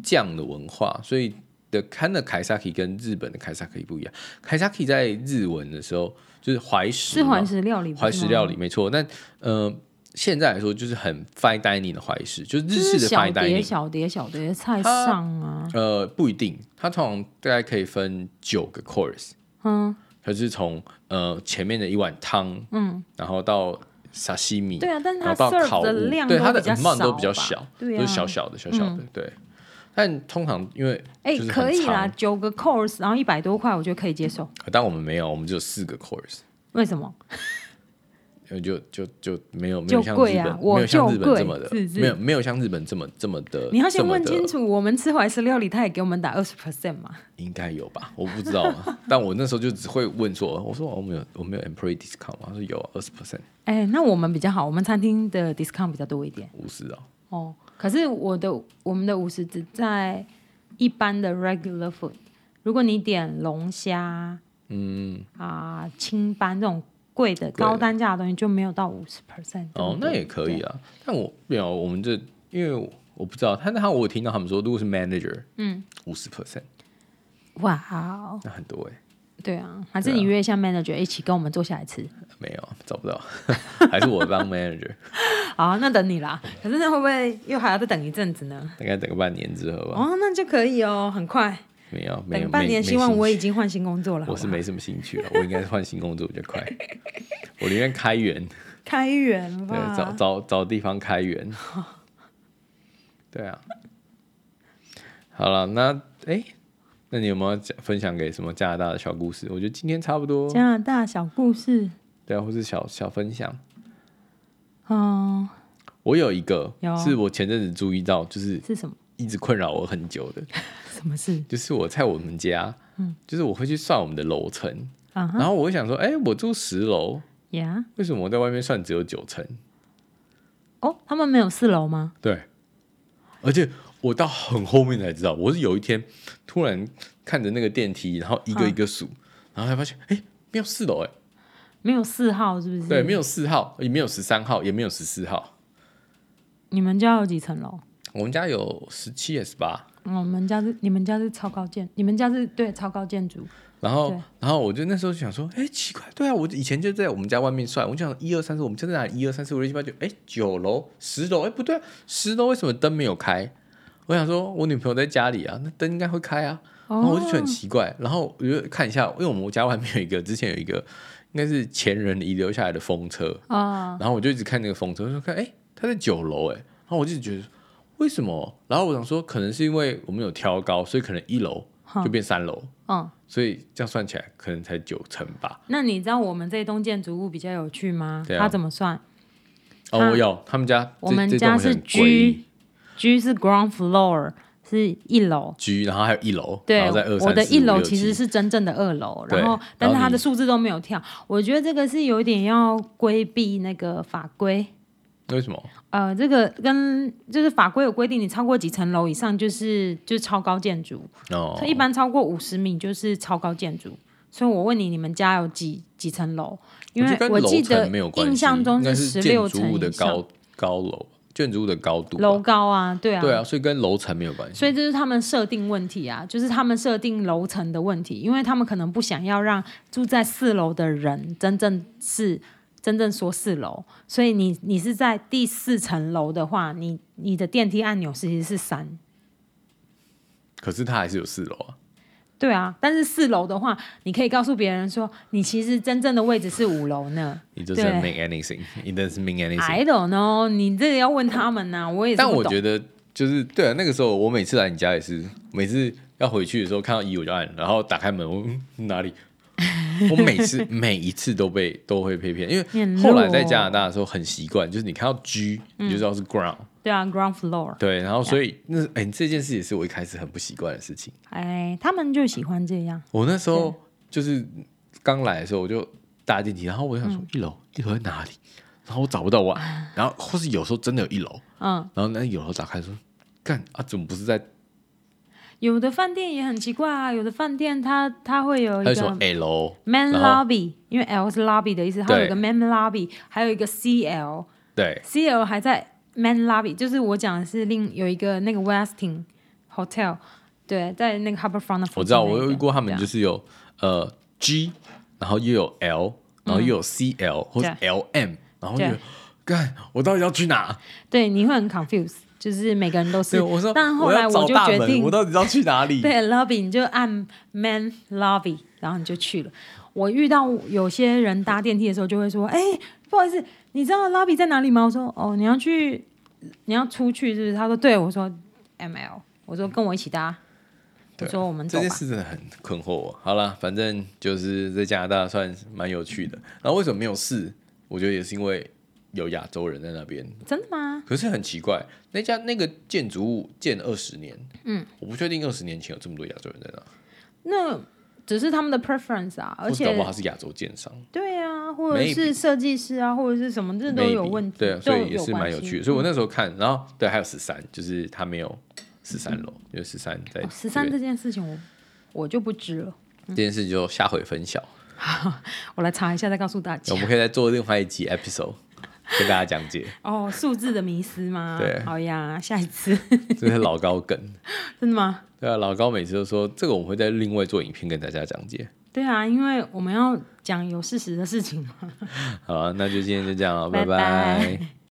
S1: 酱的文化，所以的看的凯撒 k 跟日本的凯撒 k 不一样。凯撒 k 在日文的时候就是怀石
S2: 是
S1: 嘛，
S2: 怀石料理，
S1: 怀石料
S2: 嗯
S1: 理，没错。但呃，现在来说就是很 fine dining 的怀石，就是
S2: 不
S1: 日式
S2: 是吗，就
S1: 的
S2: 是
S1: fine
S2: 小碟
S1: dining。
S2: 小碟小碟菜上啊，
S1: 呃，不一定，它通常大概可以分九个 course，
S2: 嗯，
S1: 它是从呃前面的一碗汤，嗯，然后到沙西米，
S2: 对啊，但是
S1: 然
S2: 它
S1: 后到
S2: serve
S1: 烤
S2: 的
S1: 物
S2: 量
S1: 对它
S2: 都
S1: 的
S2: 比较
S1: amount
S2: 少，
S1: 都比较小，
S2: 对啊，
S1: 都是小小的小小的，对。但通常因为
S2: 哎
S1: 就，是
S2: 可
S1: 很
S2: 以啦，
S1: 长，
S2: 九个 course，然后一百多块，我觉得可以接受。
S1: 但我们没有，我们只有四个 course，
S2: 为什么？
S1: 呃就就就没有没
S2: 就
S1: 有像
S2: 贵
S1: 日
S2: 啊
S1: 本，
S2: 我
S1: 没有像
S2: 就
S1: 日本这
S2: 贵
S1: 么的，
S2: 是是
S1: 没有没有像日本这么这么的，
S2: 你要先问
S1: 这么
S2: 清
S1: 的
S2: 楚，我们吃怀石料理，他也给我们打二十 percent 嘛？
S1: 应该有吧？我不知道啊，但我那时候就只会问说，我说我没有我没有 employee discount 吗？他说有啊二十 percent
S2: 哎，那我们比较好，我们餐厅的 discount 比较多一点
S1: 五十哦，
S2: 哦。可是我的我们的五十只在一般的 regular food，如果你点龙虾，
S1: 嗯，
S2: 啊、青斑这种贵
S1: 贵的
S2: 的高单价的东西就没有到五十 percent。
S1: 哦，那也可以啊。但我没有，我们这因为我我不知道，但他我有听到他们说，如果是 manager，嗯，五十 percent，
S2: 哇哦，
S1: 那很多哎、
S2: 对啊，还是你约一下 manager 一起跟我们坐下来吃。
S1: 没有找不到， 还是我当 manager，
S2: 好，啊那等你 啦。可是那会不会又还要再等一阵子呢？
S1: 大概等个半年之后吧。
S2: 哦，那就可以哦，很快，
S1: 没有，没有，
S2: 等半
S1: 没
S2: 年，
S1: 没
S2: 希望我已
S1: 兴趣
S2: 经换新工作了。
S1: 我是
S2: 好不好
S1: 没什么兴趣了，我应该是换新工作比较快。我宁愿开源，
S2: 开源
S1: 对，找
S2: 吧。
S1: 找找地方开 源。对啊，好了，那哎、那你有没有讲分享给什么加拿大的小故事？我觉得今天差不多，
S2: 加拿大小故事，
S1: 对啊，或是小小分享。
S2: 嗯，
S1: 我有一个
S2: 有，
S1: 是我前阵子注意到，就是
S2: 是什么？
S1: 一直困扰我很久的，
S2: 什么事？
S1: 就是我在我们家，就是我会去算我们的楼层，
S2: 嗯啊哈
S1: 然后我会想说，哎、我住十楼，
S2: 呀？
S1: 为什么我在外面算只有九层？
S2: 哦，他们没有四楼吗？
S1: 对，而且我到很后面才知道，我是有一天突然看着那个电梯，然后一个一个数，然后才发现，哎、没有四楼哎、
S2: 没有四号是不是？
S1: 对，没有四号，也没有十三号，也没有十四号。
S2: 你们家有几层楼？哦
S1: 我们家有十七、也十八，
S2: 我们家是你们家是超高建，你们家是对超高建筑，
S1: 然后
S2: 对，
S1: 然后我就那时候就想说，哎，奇怪，对啊，我以前就在我们家外面算，我就想一二三四，我们家在哪里？一二三四五六七八九，哎，九楼、十楼，哎，不对、啊，十楼为什么灯没有开？我想说，我女朋友在家里啊，那灯应该会开啊。然后我就觉得很奇怪，然后我就看一下，因为我们家外面有一个之前有一个应该是前人遗留下来的风车，
S2: 啊，
S1: 然后我就一直看那个风车，我就看，哎、它在九楼，哎，然后我就一直觉得为什么？然后我想说，可能是因为我们有挑高，所以可能一楼就变三楼，
S2: 嗯，
S1: 所以这样算起来可能才九层吧。
S2: 那你知道我们这栋建筑物比较有趣吗？
S1: 对啊
S2: 它怎么算
S1: 哦，
S2: 啊
S1: 我有，他们家
S2: 我
S1: 这
S2: 们
S1: 这
S2: 家
S1: 栋很
S2: 是
S1: 诡异
S2: ？G 是 ground floor，是一楼。
S1: G，然后还有一楼，
S2: 对
S1: 然后在二，
S2: 我的一楼其实
S1: 是
S2: 是真正的二楼，
S1: 对
S2: 然后但是
S1: 然后
S2: 它的
S1: 你
S2: 数字都没有跳，我觉得这个是有点要规避那个法规。
S1: 为什么？
S2: 呃，这个跟就是法规有规定，你超过几层楼以上就是就是超高建筑，
S1: 哦
S2: 所以一般超过五十米就是超高建筑。所以我问你，你们家有几几层楼？因
S1: 我觉得
S2: 为
S1: 跟
S2: 我
S1: 楼
S2: 记得
S1: 层没有关系
S2: 印象中
S1: 应该是
S2: 十六
S1: 建
S2: 层
S1: 筑物的
S2: 以上，
S1: 高高楼，建筑物的高度吧，
S2: 楼高啊，对啊，
S1: 对啊，所以跟楼层没有关系。
S2: 所以这是他们设定问题啊，就是他们设定楼层的问题，因为他们可能不想要让住在四楼的人真正是真正说四楼，所以你你是在第四层楼的话，你你的电梯按钮其实是三，
S1: 可是它还是有四楼啊。
S2: 对啊，但是四楼的话，你可以告诉别人说你其实真正的位置是五楼呢。
S1: It doesn't
S2: 对
S1: make anything. It doesn't mean anything.
S2: I don't know，你这个要问他们呐、我也是
S1: 但
S2: 不
S1: 我
S2: 懂。
S1: 觉得就是对啊，那个时候我每次来你家也是，每次要回去的时候看到一我就按，然后打开门，我嗯哪里？我每次 每一次都被都会被骗，因
S2: 你很嗯
S1: 为
S2: 弱
S1: 后来在加拿大的时候很习惯，就是你看到 G 你就知道是 ground，、
S2: 对啊，ground floor，
S1: 对，然后所以那哎、这件事也是我一开始很不习惯的事情。
S2: 哎，他们就喜欢这样。
S1: 我那时候就是刚来的时候，我就搭电梯，然后我就想说
S2: 嗯
S1: 一楼、一楼在哪里？然后我找不到我，然后或是有时候真的有一楼，
S2: 嗯，
S1: 然后那有楼打开说干啊，怎么不是在
S2: 有的饭店也很奇怪啊，有的饭店它它会有一
S1: 还有什么
S2: 个
S1: L，
S2: man
S1: 哎然后
S2: lobby，因为 L 是 lobby 的意思，它
S1: 对
S2: 有一个 man lobby，还有一个 CL，CL
S1: 对，
S2: 还在 man lobby，就是我讲的是另有一个那个 Westin Hotel，对，在那个 Harbourfront 的
S1: 我
S2: 附近那一个。
S1: 知道，我有遇过他们
S2: 对啊
S1: 就是有呃 G，然后又有 L，然后又有 CL 或者 LM，然后就
S2: 嗯对
S1: 觉得干，我到底要去哪？
S2: 对，你会很 confused，就是每个人都
S1: 对，
S2: 是。
S1: 我说，
S2: 但后来
S1: 要找
S2: 就
S1: 大
S2: 决
S1: 门
S2: 定
S1: 我，到底要去哪里？
S2: 对 lobby 你就按 man lobby，然后你就去了。我遇到有些人搭电梯的时候就会说：“哎、不好意思，你知道 lobby 在哪里吗？”我说：“哦，你要去，你要出去是不是？”他说：“对。”我说：“ML。”我说：“跟我一起搭。”我
S1: 对
S2: 说：“我们
S1: 这
S2: 走
S1: 件
S2: 吧。
S1: 事真的很困惑我。好啦，反正就是在加拿大算蛮有趣的。然后为什么没有事？我觉得也是因为有亚洲人在那边，”
S2: 真的吗？
S1: 可是很奇怪，那家那个建筑物建二十年，嗯，我不确定二十年前有这么多亚洲人在那。
S2: 那只是他们的 preference 啊，而
S1: 或者搞
S2: 且
S1: 不好他是亚洲建商，
S2: 对啊，或者
S1: Maybe
S2: 是设计师啊，或者是什么，这都有
S1: maybe
S2: 问题，
S1: 对啊，
S2: 都
S1: 所以也是蛮
S2: 关
S1: 有
S2: 系嗯
S1: 趣的。所以我那时候看，然后对，还有十三，就是他没有十三楼，因为十三在
S2: 哦十三
S1: 这
S2: 这件事情我我就不知了，
S1: 边这件事就下回分晓，
S2: 我来查一 下再告诉大家
S1: 我。们可以再做另外一集 episode 跟大家讲解，
S2: 哦，数字的迷思吗？
S1: 对
S2: 好呀，下一次
S1: 这是老高梗。
S2: 真的吗？
S1: 对啊，老高每次都说这个我们会在另外做影片跟大家讲解。
S2: 对啊，因为我们要讲有事实的事情嘛。
S1: 好啊，那就今天就这样了，
S2: 拜
S1: 拜
S2: 拜
S1: 拜